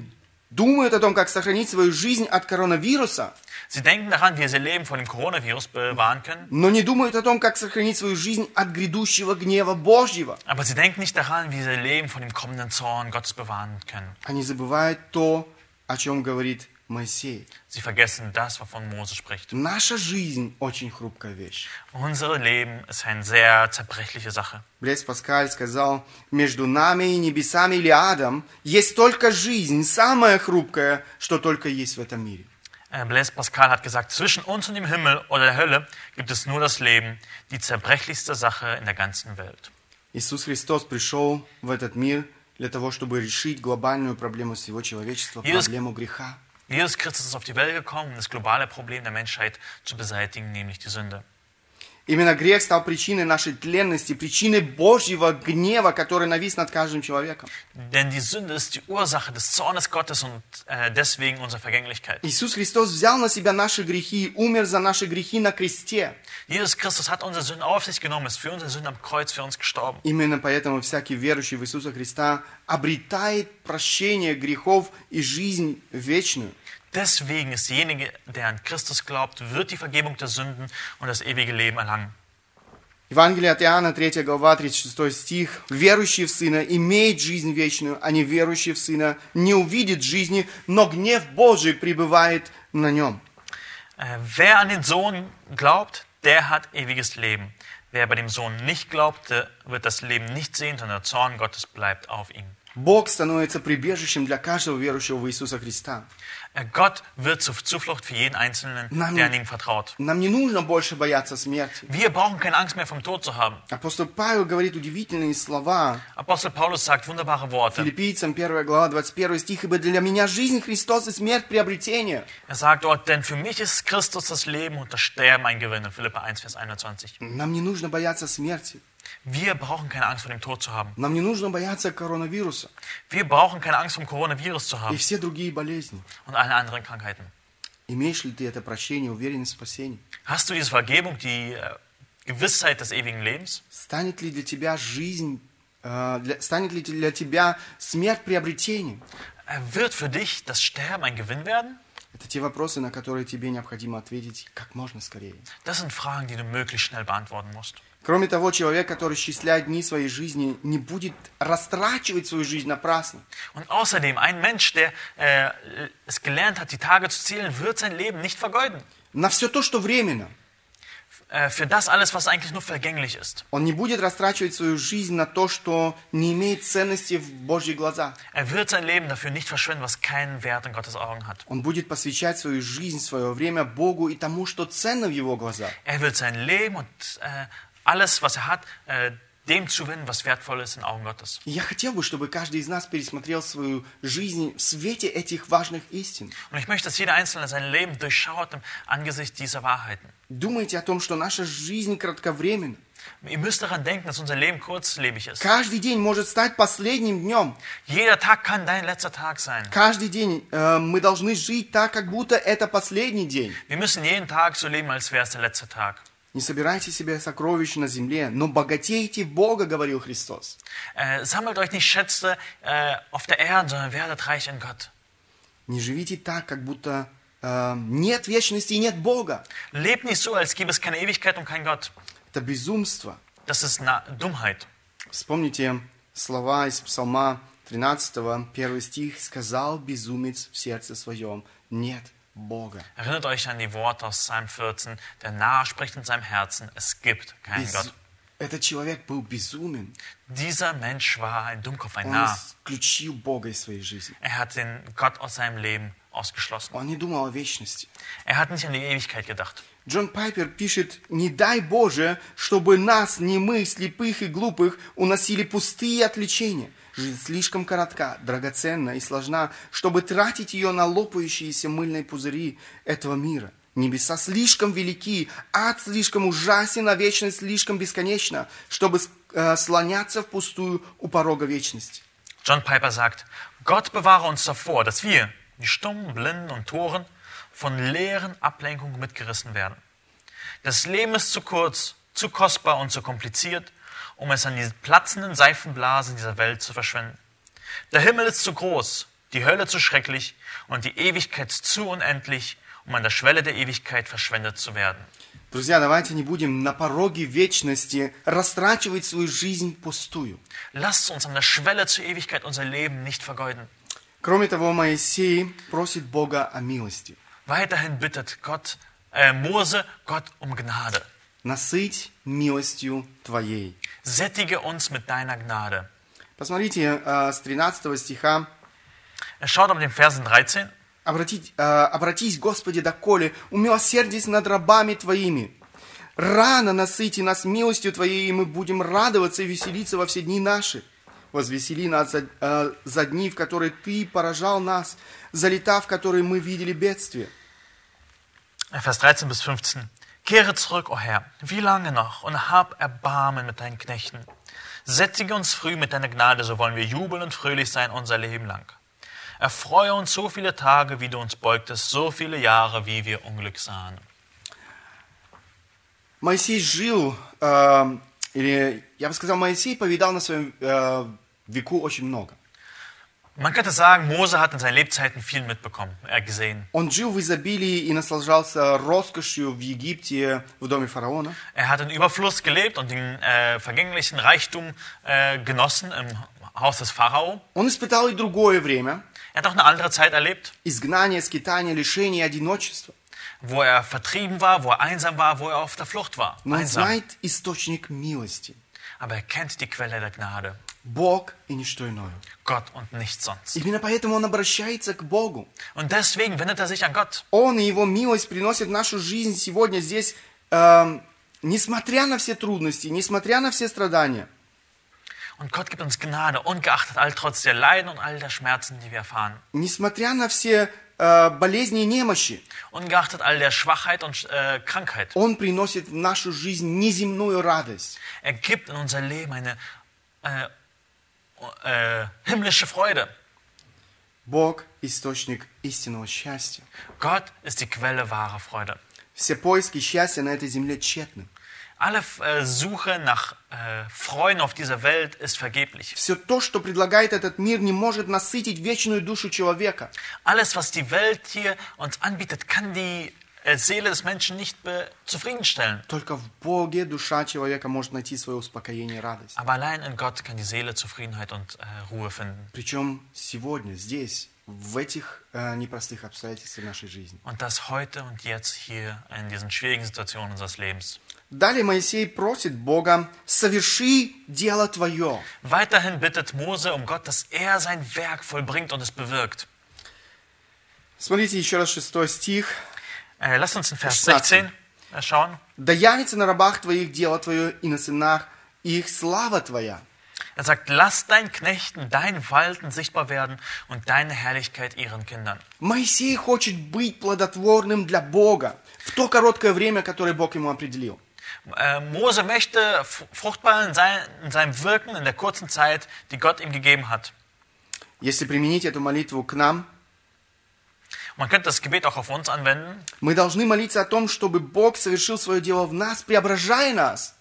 думают о том, как сохранить свою жизнь от коронавируса,
Sie denken daran, wie sie ihr Leben vor dem Coronavirus bewahren können,
но не думают о том, как сохранить свою жизнь от грядущего гнева Божьего.
aber sie denken nicht daran, wie sie ihr Leben vor dem kommenden Zorn Gottes bewahren können.
Они забывают то, о чем говорит Моисей.
Sie vergessen das, wovon Mose spricht.
Наша жизнь очень хрупкая вещь.
Unser Leben ist eine sehr zerbrechliche Sache.
Блес Паскаль сказал, между нами и небесами или адом есть только жизнь, самая хрупкая, что только есть в этом мире.
Äh, Blaise Pascal hat gesagt, zwischen uns und dem Himmel oder der Hölle gibt es nur das Leben, die zerbrechlichste Sache in der ganzen Welt.
Иисус Христос пришел в этот мir для того, чтобы решить глобальную проблему всего человечества,
Иисус-
проблему греха.
Jesus Christus ist auf die Welt gekommen, um das globale Problem der Menschheit zu beseitigen, nämlich die Sünde.
Именно грех стал причиной нашей тленности, причиной Божьего гнева, который навис над каждым человеком.
Denn die Sünde ist die Ursache des Zornes Gottes und äh, deswegen unsere Vergänglichkeit.
Иисус Христос взял на себя наши грехи, умер за наши грехи на кресте.
Jesus Christus hat unsere Sünden auf sich genommen, ist für unsere Sünden am Kreuz für uns gestorben.
Именно поэтому всякий верующий в Иисуса Христа обретает прощение грехов и жизнь вечную.
Deswegen ist derjenige, der an Christus glaubt, wird die Vergebung der Sünden und das ewige Leben erlangen.
Евангелие от Иоанна, 3 глава, 36 стих. «Верующий в Сына имеет жизнь вечную, а неверующий в Сына не увидит жизни, но гнев Божий пребывает на нем».
Äh, wer an den Sohn glaubt, der hat ewiges Leben. Wer bei dem Sohn nicht glaubt, der wird das Leben nicht sehen, sondern der Zorn Gottes bleibt auf ihm.
Бог становится прибежищем для каждого верующего в Иисуса Христа.
Äh, Gott wird zur Zuflucht für jeden Einzelnen,
Nein.
der an ihm vertraut.
Нам не нужно больше бояться смерти.
Wir brauchen keine Angst mehr vom Tod zu haben.
Апостол Павел говорит удивительные слова.
Apostel Paulus sagt wunderbare Worte.
Филиппийцам 1 глава 21 стих. «Ибо для меня жизнь Христос и смерть приобретение».
Er sagt dort, denn für mich ist Christus das Leben und das Sterben ein Gewinn. In Philippa 1, Vers 21.
Нам не нужно бояться смерти.
Wir brauchen keine Angst vor dem Tod zu haben.
Нам не нужно бояться коронавируса
Wir brauchen keine Angst vom Coronavirus zu
и
haben
все другие болезни.
und allen anderen Krankheiten.
Имеешь ли ты это прощение, уверенность в спасении?
Hast du diese Vergebung, die äh, Gewissheit des ewigen Lebens?
Станет ли для тебя жизнь, э, для- станет ли для тебя смерть приобретением?
Äh, Wird für dich das Sterben ein Gewinn werden?
Это те вопросы, на которые тебе необходимо ответить как можно скорее.
Das sind Fragen, die du möglichst schnell beantworten musst.
Кроме того, человек, который счисляет дни своей жизни, не будет растрачивать свою жизнь напрасно.
Und außerdem, ein Mensch, der äh, es gelernt hat, die Tage zu zählen, wird sein Leben nicht vergeuden.
На все то, что временно.
Äh, für das alles, was eigentlich nur vergänglich ist.
Он не будет растрачивать свою жизнь на то, что не имеет ценности в Божьих глазах.
Er wird sein Leben dafür nicht verschwenden, was keinen Wert in Gottes Augen hat.
Он будет посвящать свою жизнь, свое время Богу и тому, что ценно в его глазах.
Er wird sein Leben und äh, alles, was er hat, äh, dem zuwenden, was wertvoll ist in Augen Gottes.
И я хотел бы, чтобы каждый из нас пересмотрел свою жизнь в свете этих важных истин.
Und ich möchte, dass jeder Einzelne sein Leben durchschaut im Angesicht dieser Wahrheiten.
Думайте о том, что наша жизнь кратковременна.
Ihr müsst daran denken, dass unser Leben kurzlebig ist.
Каждый день может стать последним днем.
Jeder Tag kann dein letzter Tag sein.
Каждый день э, мы должны жить так, как будто это последний день.
Wir müssen jeden Tag so leben, als wäre es der letzte Tag.
Не собирайте себе сокровищ на земле, но богатейте в Бога, говорил Христос.
Äh, sammelt euch nicht Schätze äh, auf der Erde, sondern werdet reich in Gott.
Не живите так, как будто э, нет вечности и нет Бога.
Lebt nicht so, als gäbe es keine Ewigkeit und kein Gott.
Это безумство.
Das ist Na Dummheit.
Вспомните слова из Псалма 13, первый стих. «Сказал безумец в сердце своем, нет Бога».
Erinnert euch an die Worte aus Psalm 14, der Narr spricht in seinem Herzen, es gibt keinen
Без-
Gott.
Этот человек был безумен.
Dieser Mensch war ein Dummkopf, ein
Он
Narr.
исключил Бога из своей жизни.
Er hat den Gott aus seinem Leben ausgeschlossen.
Он не думал о вечности.
Er hat nicht an die Ewigkeit gedacht.
Джон Пайпер пишет, «Не дай Боже, чтобы нас, немых, слепых и глупых, уносили пустые отвлечения. Жизнь слишком коротка, драгоценна и сложна, чтобы тратить ее на лопающиеся мыльные пузыри этого мира. Небеса слишком велики, ад слишком ужасен, а вечность слишком бесконечна, чтобы э, слоняться впустую у порога вечности».
John Piper sagt, Gott bewahre uns davor, dass wir, die Stummen, Blinden und Toren, von leeren Ablenkungen mitgerissen werden. Das Leben ist zu kurz, zu kostbar und zu kompliziert, um es an die platzenden Seifenblasen dieser Welt zu verschwenden. Der Himmel ist zu groß, die Hölle zu schrecklich und die Ewigkeit zu unendlich, um an der Schwelle der Ewigkeit verschwendet zu werden.
Друзья, давайте не будем на пороге вечности растрачивать свою жизнь пустую.
Lasst uns an der Schwelle zur Ewigkeit unser Leben nicht vergeuden.
Кроме того, Моисей просит Бога о милости.
Weiterhin bittet Gott, äh, Mose Gott um Gnade.
«Насыть милостью Твоей».
Sättige uns mit deiner Gnade.
Посмотрите э, с 13 стиха.
Er schaut auf den Versen 13.
«Обратить, э, «Обратись, Господи, доколе, умилосердись над рабами Твоими. Рано насыти нас милостью Твоей, и мы будем радоваться и веселиться во все дни наши. Возвесели нас за, э, за дни, в которые Ты поражал нас, за лета, в которые мы видели бедствие».
Vers 13 äh, bis 15. Kehre zurück, o Herr, wie lange noch, und hab Erbarmen mit deinen Knechten. Sättige uns früh mit deiner Gnade, so wollen wir jubeln und fröhlich sein unser Leben lang. Erfreue uns so viele Tage, wie du uns beugtest, so viele Jahre, wie wir Unglück sahen.
Моисей жил, э, или я бы сказал, Моисей повидал на своем э, веку очень много.
Man könnte sagen, Mose hat in seinen Lebzeiten viel mitbekommen, er gesehen.
Он жил в изобилии и наслаждался роскошью в Египте, в доме фараона.
Er hat in Überfluss gelebt und den äh, vergänglichen Reichtum äh, genossen im Haus des Pharao.
Он испытал и другое время –
Er hat auch eine andere Zeit erlebt,
изгнание, скитание, лишение, одиночество.
wo er vertrieben war, wo er einsam war, wo er auf der Flucht war.
Но он
Einsam.
знает источник милости –
Aber er kennt die Quelle der Gnade,
Бог и ничто иное.
Gott und nichts sonst.
Именно поэтому он обращается к Богу.
Und deswegen wendet er sich an Gott.
Он и его милость приносят в нашу жизнь сегодня здесь, эм, несмотря на все трудности, несмотря на все страдания.
Und Gott gibt uns Gnade, ungeachtet all trotz der Leiden und all der Schmerzen, die wir erfahren.
Несмотря на все э, болезни и немощи,
Ungeachtet all der Schwachheit und äh, Krankheit.
Он приносит в нашу жизнь неземную радость.
Er gibt in unser Leben eine äh, äh, himmlische Freude.
Бог – источник истинного счастья.
Gott ist die Quelle wahrer Freude.
Все поиски счастья на этой земле тщетны.
Alle äh, Suche nach äh, Freuden auf dieser Welt ist vergeblich.
Все то, что предлагает этот мир, не может насытить вечную душу человека.
Alles, was die Welt hier uns anbietet, kann die äh, Seele des Menschen nicht be- zufriedenstellen.
Только в Боге душа человека может найти свое успокоение и радость.
Aber allein in Gott kann die Seele Zufriedenheit und äh, Ruhe finden.
Причем сегодня, здесь, в этих э, непростых обстоятельствах нашей жизни.
Und das heute und jetzt hier in diesen schwierigen Situationen unseres Lebens.
Далее Моисей просит Бога, соверши дело твое.
Weiterhin bittet Mose um Gott, dass er sein Werk vollbringt und es bewirkt.
Смотрите еще раз шестой стих.
Äh, lasst uns in Vers
16.
16 äh, schauen.
«Да явится на рабах твоих дело твое, и на сынах их слава твоя».
Er sagt, lass deinen Knechten, deinen Walten sichtbar werden und deine Herrlichkeit ihren Kindern.
Моисей хочет быть плодотворным для Бога в то короткое время, которое Бог ему определил.
Äh, Mose möchte f- fruchtbar in, sein, in seinem Wirken in der kurzen Zeit, die Gott ihm gegeben hat.
Если применить эту молитву к нам,
Man könnte das Gebet auch auf uns anwenden.
мы должны молиться о том, чтобы Бог совершил свое дело в нас, преображая нас.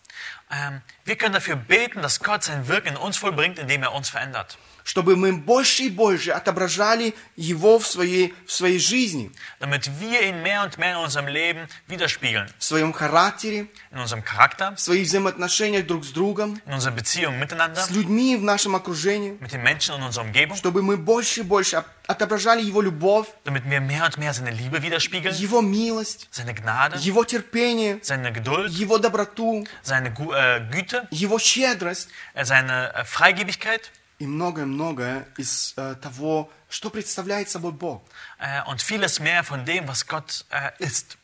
Ähm, wir können dafür beten, dass Gott sein Wirken in uns vollbringt, indem er uns verändert.
чтобы мы больше и больше отображали Его в своей, в своей жизни,
Damit wir ihn mehr und mehr in unserem Leben widerspiegeln.
в своем характере,
In unserem Charakter,
в своих взаимоотношениях друг с другом,
in unserer Beziehung miteinander,
с людьми в нашем окружении,
mit den Menschen in unserer Umgebung.
чтобы мы больше и больше об- отображали Его любовь,
Damit wir mehr und mehr seine Liebe widerspiegeln,
Его милость,
seine Gnade,
Его терпение,
seine Geduld,
Его доброту,
seine Gu äh, Güte,
Его щедрость
äh, seine äh, Freigebigkeit.
и многое-многое из э, того, что представляет собой Бог.
äh, und vieles mehr von dem, was Gott äh, ist.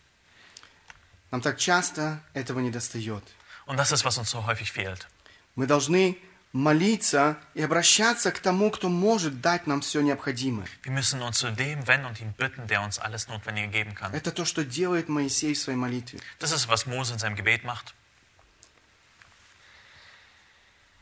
Нам так часто этого не достает.
Und das ist, was uns so häufig fehlt.
Мы должны молиться и обращаться к тому, кто может дать нам все необходимое.
Wir müssen uns zu dem wenden und ihn bitten, der uns alles Notwendige geben kann.
Это то, что делает Моисей в своей молитве.
Das ist, was Mose in seinem Gebet macht.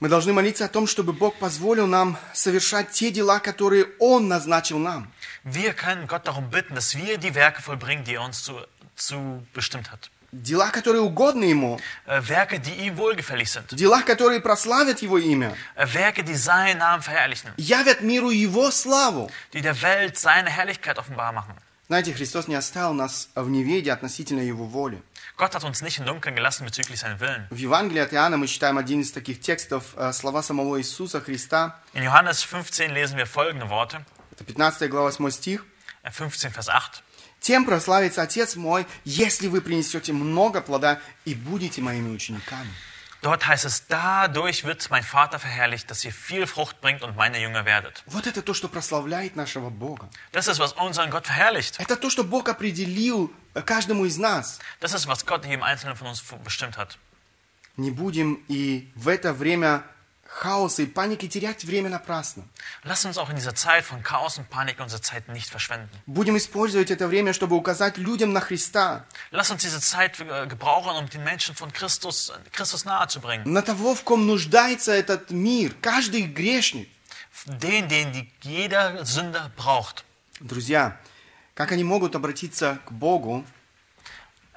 Мы должны молиться о том, чтобы Бог позволил нам совершать те дела, которые Он назначил нам.
Wir können Gott darum bitten, dass wir die Werke vollbringen, die er uns zu, zu bestimmt hat.
Дела, которые угодны Ему.
Äh, Werke, die ihm wohlgefällig sind.
Дела, которые прославят Его имя.
Äh, Werke, die seinen Namen verherrlichen,
Явят миру Его славу.
die der Welt seine Herrlichkeit offenbar machen.
Знаете, Христос не оставил нас в неведе относительно Его воли.
Gott hat uns nicht im Dunkeln gelassen bezüglich seinen Willen.
В Евангелии от Иоанна мы читаем один из таких текстов, э, слова самого Иисуса Христа.
In Johannes 15 lesen wir folgende Worte.
Это 15 глава 8 стих.
Äh, 15, Vers 8.
«Тем прославится Отец мой, если вы принесете много плода и будете моими учениками».
Dort heißt es, dadurch wird mein Vater verherrlicht, dass ihr viel Frucht bringt und meine Jünger werdet.
Вот это то, что прославляет нашего Бога.
Das ist, was unseren Gott verherrlicht.
Это то, что Бог определил э, каждому из нас.
Das ist, was Gott jedem Einzelnen von uns bestimmt hat.
Не будем и в это время хаоса и паники терять время напрасно.
Lass uns auch in dieser Zeit von Chaos und Panik unsere Zeit nicht verschwenden.
Будем использовать это время, чтобы указать людям на Христа,
Lass uns diese Zeit äh, gebrauchen, um den Menschen von Christus, äh, Christus nahezubringen.
на того, в ком нуждается этот мир, каждый грешник.
Den, den die jeder Sünder braucht.
Друзья, как они могут обратиться к Богу,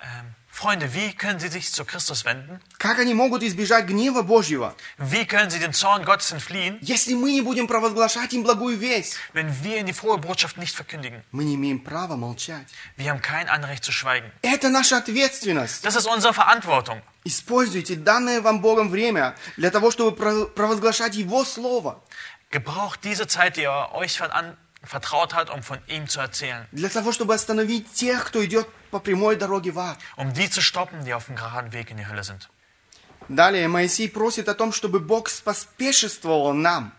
Ähm, Freunde, wie können Sie sich zu Christus wenden?
как они могут избежать гнева Божьего,
Wie können Sie dem Zorn Gottes entfliehen,
если мы не будем провозглашать им благую весть?
wenn wir Ihnen die frohe Botschaft nicht verkündigen?
Мы не имеем права молчать.
Wir haben kein Anrecht zu schweigen.
Это наша ответственность.
Das ist unsere Verantwortung.
Используйте данное вам Богом время для того, чтобы про- провозглашать Его Слово,
Gebraucht diese Zeit, die er euch veran- vertraut hat, um von ihm zu erzählen.
для того, чтобы остановить тех, кто идет по прямой doroге в ад.
Um die zu stoppen, die auf dem geraden Weg in die Hölle sind.
Далее Моисей просит о том, чтобы Бог поспешествовал нам,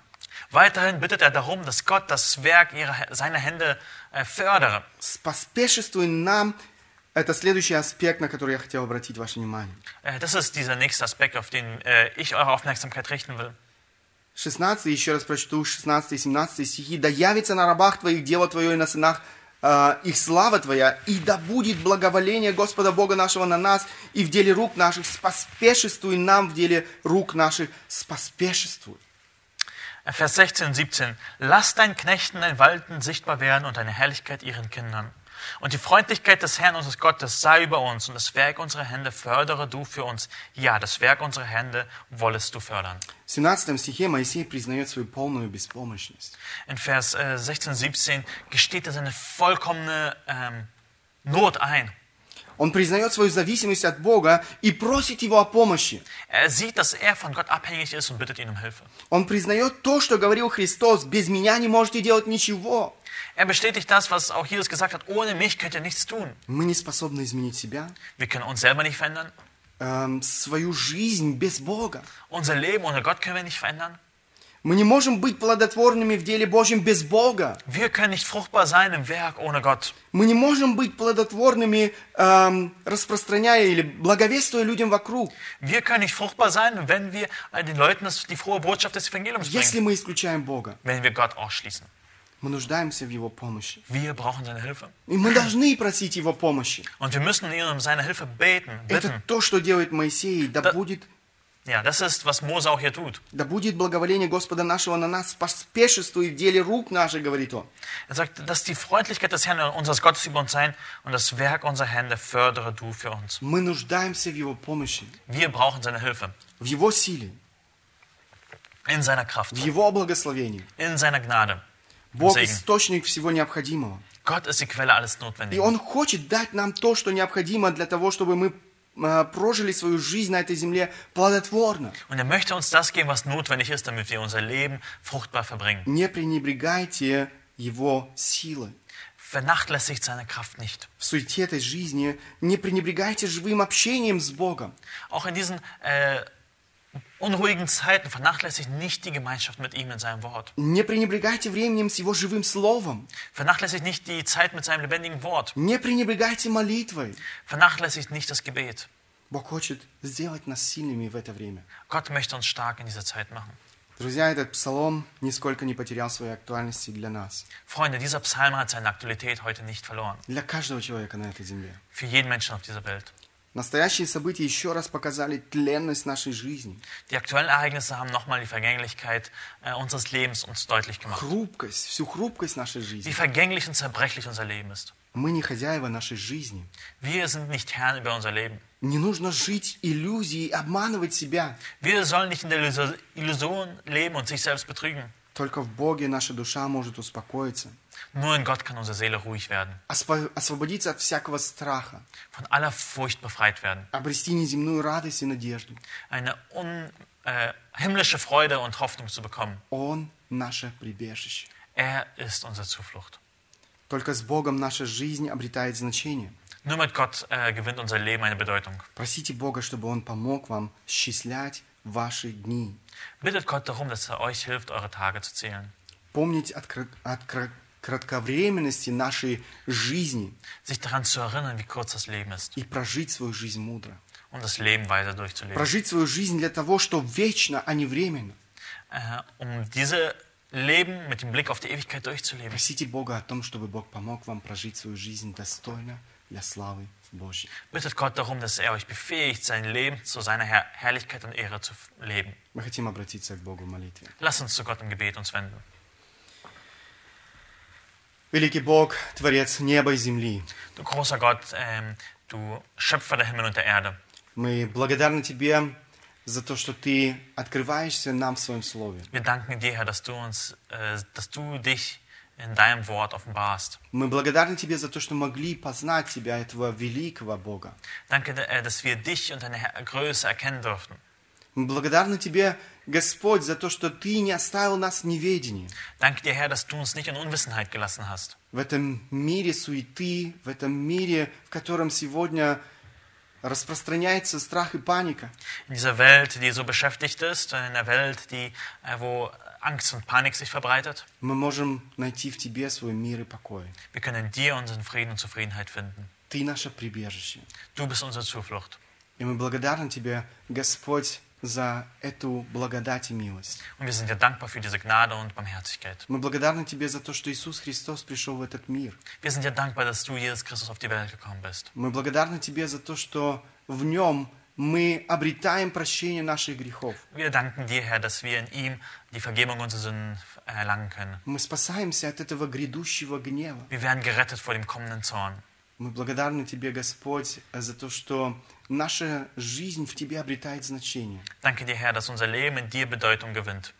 Weiterhin bittet er darum, dass Gott das Werk ihrer, seiner Hände äh, fördere.
поспешествуй нам. Это следующий аспект, на который я хотел обратить ваше внимание.
Äh, das ist dieser nächste Aspekt, auf den äh, ich eure Aufmerksamkeit richten will.
16, еще раз прочту 16 и 17 стихи. «Да явится на рабах твоих дело твое и на сынах э, их слава твоя, и да будет благоволение Господа Бога нашего на нас и в деле рук наших споспешествуй нам в деле рук наших споспешествуй».
Äh, Vers 16 und 17. Lass deinen Knechten dein Walten sichtbar werden und deine Herrlichkeit ihren Kindern. Und die Freundlichkeit des Herrn unseres Gottes sei über uns und das Werk unserer Hände fördere du für uns. Ja, das Werk unserer Hände wollest du fördern.
В 17 стихе Моисей признает свою полную беспомощность.
In Vers äh, 16, 17 gesteht er seine vollkommene ähm, Not ein.
Он признает свою зависимость от Бога и просит Его о помощи.
Er sieht, dass er von Gott abhängig ist und bittet ihn um Hilfe.
Он признает то, что говорил Христос, «Без меня не можете делать ничего».
Er bestätigt das, was auch Jesus gesagt hat, ohne mich könnt ihr nichts tun.
Мы не способны изменить себя,
Wir können uns selber nicht verändern,
эм, свою жизнь без Бога.
unser Leben ohne Gott können wir nicht verändern.
Мы не можем быть плодотворными в деле Божьем без Бога.
Wir können nicht fruchtbar sein im Werk ohne Gott.
Мы не можем быть плодотворными, эм, распространяя или благовествуя людям вокруг,
Wir können nicht fruchtbar sein, wenn wir all den Leuten das, die frohe Botschaft des Evangeliums
если
bringen,
мы исключаем Бога.
wenn wir Gott ausschließen.
Мы нуждаемся в Его помощи.
Wir brauchen seine Hilfe.
И мы должны просить Его помощи.
Und wir müssen ihn um seine Hilfe beten,
Это
bitten.
то, что делает Моисей. Да
Да-
будет,
Ja, das ist, was Mose auch hier tut.
да будет благоволение Господа нашего на нас, поспешествуй в деле рук наших, говорит он.
Er sagt, dass die Freundlichkeit des Herrn unseres Gottes über uns sein und das Werk unserer Hände fördere du für uns.
Мы нуждаемся в Его помощи,
Wir brauchen seine Hilfe
в Его силе,
in seiner Kraft,
в Его благословении.
in seiner Gnade. im
Бог –
Segen.
источник всего необходимого.
Gott ist die Quelle alles
И
Notwendigen.
Он хочет дать нам то, что необходимо для того, чтобы мы э, прожили свою жизнь на этой земле плодотворно.
Und er möchte uns das geben, was notwendig ist, damit wir unser Leben fruchtbar verbringen.
Не пренебрегайте Его силы.
Vernachlässigt seine Kraft nicht.
В суете этой жизни не пренебрегайте живым общением с Богом.
Auch in diesen äh, unruhigen Zeiten vernachlässigt nicht die Gemeinschaft mit ihm in seinem Wort.
Не пренебрегайте временем с Его живым словом.
Vernachlässigt nicht die Zeit mit seinem lebendigen Wort.
Не пренебрегайте молитвой.
Vernachlässigt nicht das Gebet.
Бог хочет сделать нас сильными в это время.
Gott möchte uns stark in dieser Zeit machen.
Друзья, этот псалом нисколько не потерял своей актуальности для нас,
Freunde, dieser Psalm hat seine Aktualität heute nicht verloren.
для каждого человека на этой земле.
Für jeden Menschen auf dieser Welt.
Настоящие события еще раз показали тленность нашей жизни,
Die aktuellen Ereignisse haben nochmal die Vergänglichkeit äh, unseres Lebens uns deutlich gemacht.
хрупкость, всю хрупкость нашей
Wie
жизни.
vergänglich und zerbrechlich unser Leben ist.
Мы не хозяева нашей жизни.
Wir sind nicht Herren über unser Leben.
Не нужно жить иллюзией, обманывать себя.
Wir sollen nicht in der Illus- Illusion leben und sich selbst betrügen.
Только в Боге наша душа может успокоиться,
Nur in Gott kann unsere Seele ruhig werden,
оспо- освободиться от всякого страха,
von aller Furcht befreit werden.
обрести неземную радость и надежду.
Eine un, äh, himmlische Freude und Hoffnung zu bekommen.
Он – наше прибежище.
Er ist unsere Zuflucht.
Только с Богом наша жизнь обретает значение.
Nur mit Gott äh, gewinnt unser Leben eine Bedeutung.
Просите Бога, чтобы Он помог вам счислять ваши дни.
Bittet Gott darum, dass er euch hilft, eure Tage zu zählen.
Помнить от, крат- от кра- кратковременности нашей жизни
Sich daran zu erinnern, wie kurz das Leben ist.
и прожить свою жизнь мудро.
Um das Leben weiter durchzuleben.
Прожить свою жизнь для того, что вечно, а не временно.
äh, um diese Leben mit dem Blick auf die Ewigkeit durchzuleben.
Просите Бога о том, чтобы Бог помог вам прожить свою жизнь достойно для славы Божьей.
Bittet Gott darum, dass er euch befähigt, sein Leben zu seiner Herr Herrlichkeit und Ehre zu f- leben.
Мы хотим обратиться к Богу в молитве.
Lasst uns zu Gott im Gebet uns wenden.
Великий Бог, Творец неба и земли,
Du großer Gott, ähm, du Schöpfer der Himmel und der Erde,
мы благодарны Тебе за то, что Ты открываешься нам в Своем Слове.
wir danken dir, Herr, dass du uns, äh, dass du dich in deinem Wort offenbarst.
Мы благодарны Тебе за то, что могли познать Тебя, этого великого Бога.
Danke, äh, dass wir dich und deine Her- Größe erkennen durften.
Мы благодарны Тебе, Господь, за то, что Ты не оставил нас в неведении.
Danke dir, Herr, dass du uns nicht in Unwissenheit gelassen hast.
В этом мире суеты, в этом мире, в котором сегодня распространяется страх и паника.
In dieser Welt, die so beschäftigt ist, in einer Welt, die, äh, wo Angst und Panik sich verbreitet,
Мы можем найти в Тебе свой мир и покой.
wir können in dir unseren Frieden und Zufriedenheit finden.
Ты наше прибежище.
Du bist unsere Zuflucht.
И мы благодарны Тебе, Господь, за эту благодать и милость.
Und wir sind dir dankbar für diese Gnade und Barmherzigkeit.
Мы благодарны Тебе за то, что Иисус Христос пришел в этот мир.
Wir sind dir dankbar, dass du, Jesus Christus, auf die Welt gekommen bist.
Мы благодарны Тебе за то, что в Нем мы обретаем прощение наших грехов.
Wir danken dir, Herr, dass wir in ihm die Vergebung unserer Sünden erlangen können.
Мы спасаемся от этого грядущего гнева.
Wir werden gerettet vor dem kommenden Zorn.
Мы благодарны Тебе, Господь, за то, что наша жизнь в Тебе обретает значение.
Danke dir, Herr, dass unser Leben in dir Bedeutung gewinnt.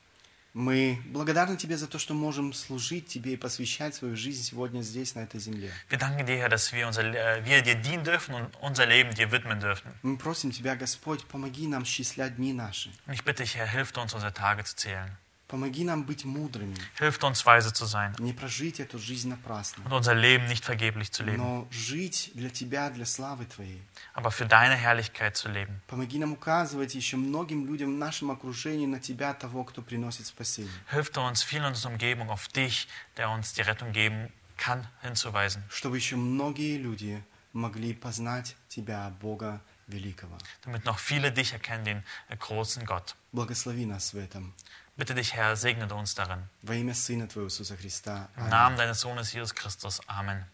Мы благодарны Тебе за то, что можем служить Тебе и посвящать свою жизнь сегодня здесь, на этой земле.
Wir danken dir, Herr, dass wir, unser, äh, wir dir dienen dürfen und unser Leben dir widmen dürfen.
Мы просим Тебя, Господь, помоги нам счислять дни наши.
Und ich bitte dich, Herr, hilf uns, unsere Tage zu zählen.
Помоги нам быть мудрыми,
Hilf uns, weise zu sein
не прожить эту жизнь напрасно,
und unser Leben nicht vergeblich zu leben,
но жить для Тебя, для славы Твоей.
aber für deine Herrlichkeit zu leben.
Помоги нам указывать еще многим людям в нашем окружении на Тебя, того, кто приносит спасение,
Hilf uns, vielen in unserer Umgebung auf dich, der uns die Rettung geben kann, hinzuweisen,
чтобы еще многие люди могли познать Тебя, Бога Великого.
damit noch viele dich erkennen, den äh, großen Gott.
Благослови нас в этом.
Bitte dich, Herr, segne uns darin.
Во имя Сына Твоего Иисуса Христа.
Im Namen deines Sohnes Jesus Christus. Amen.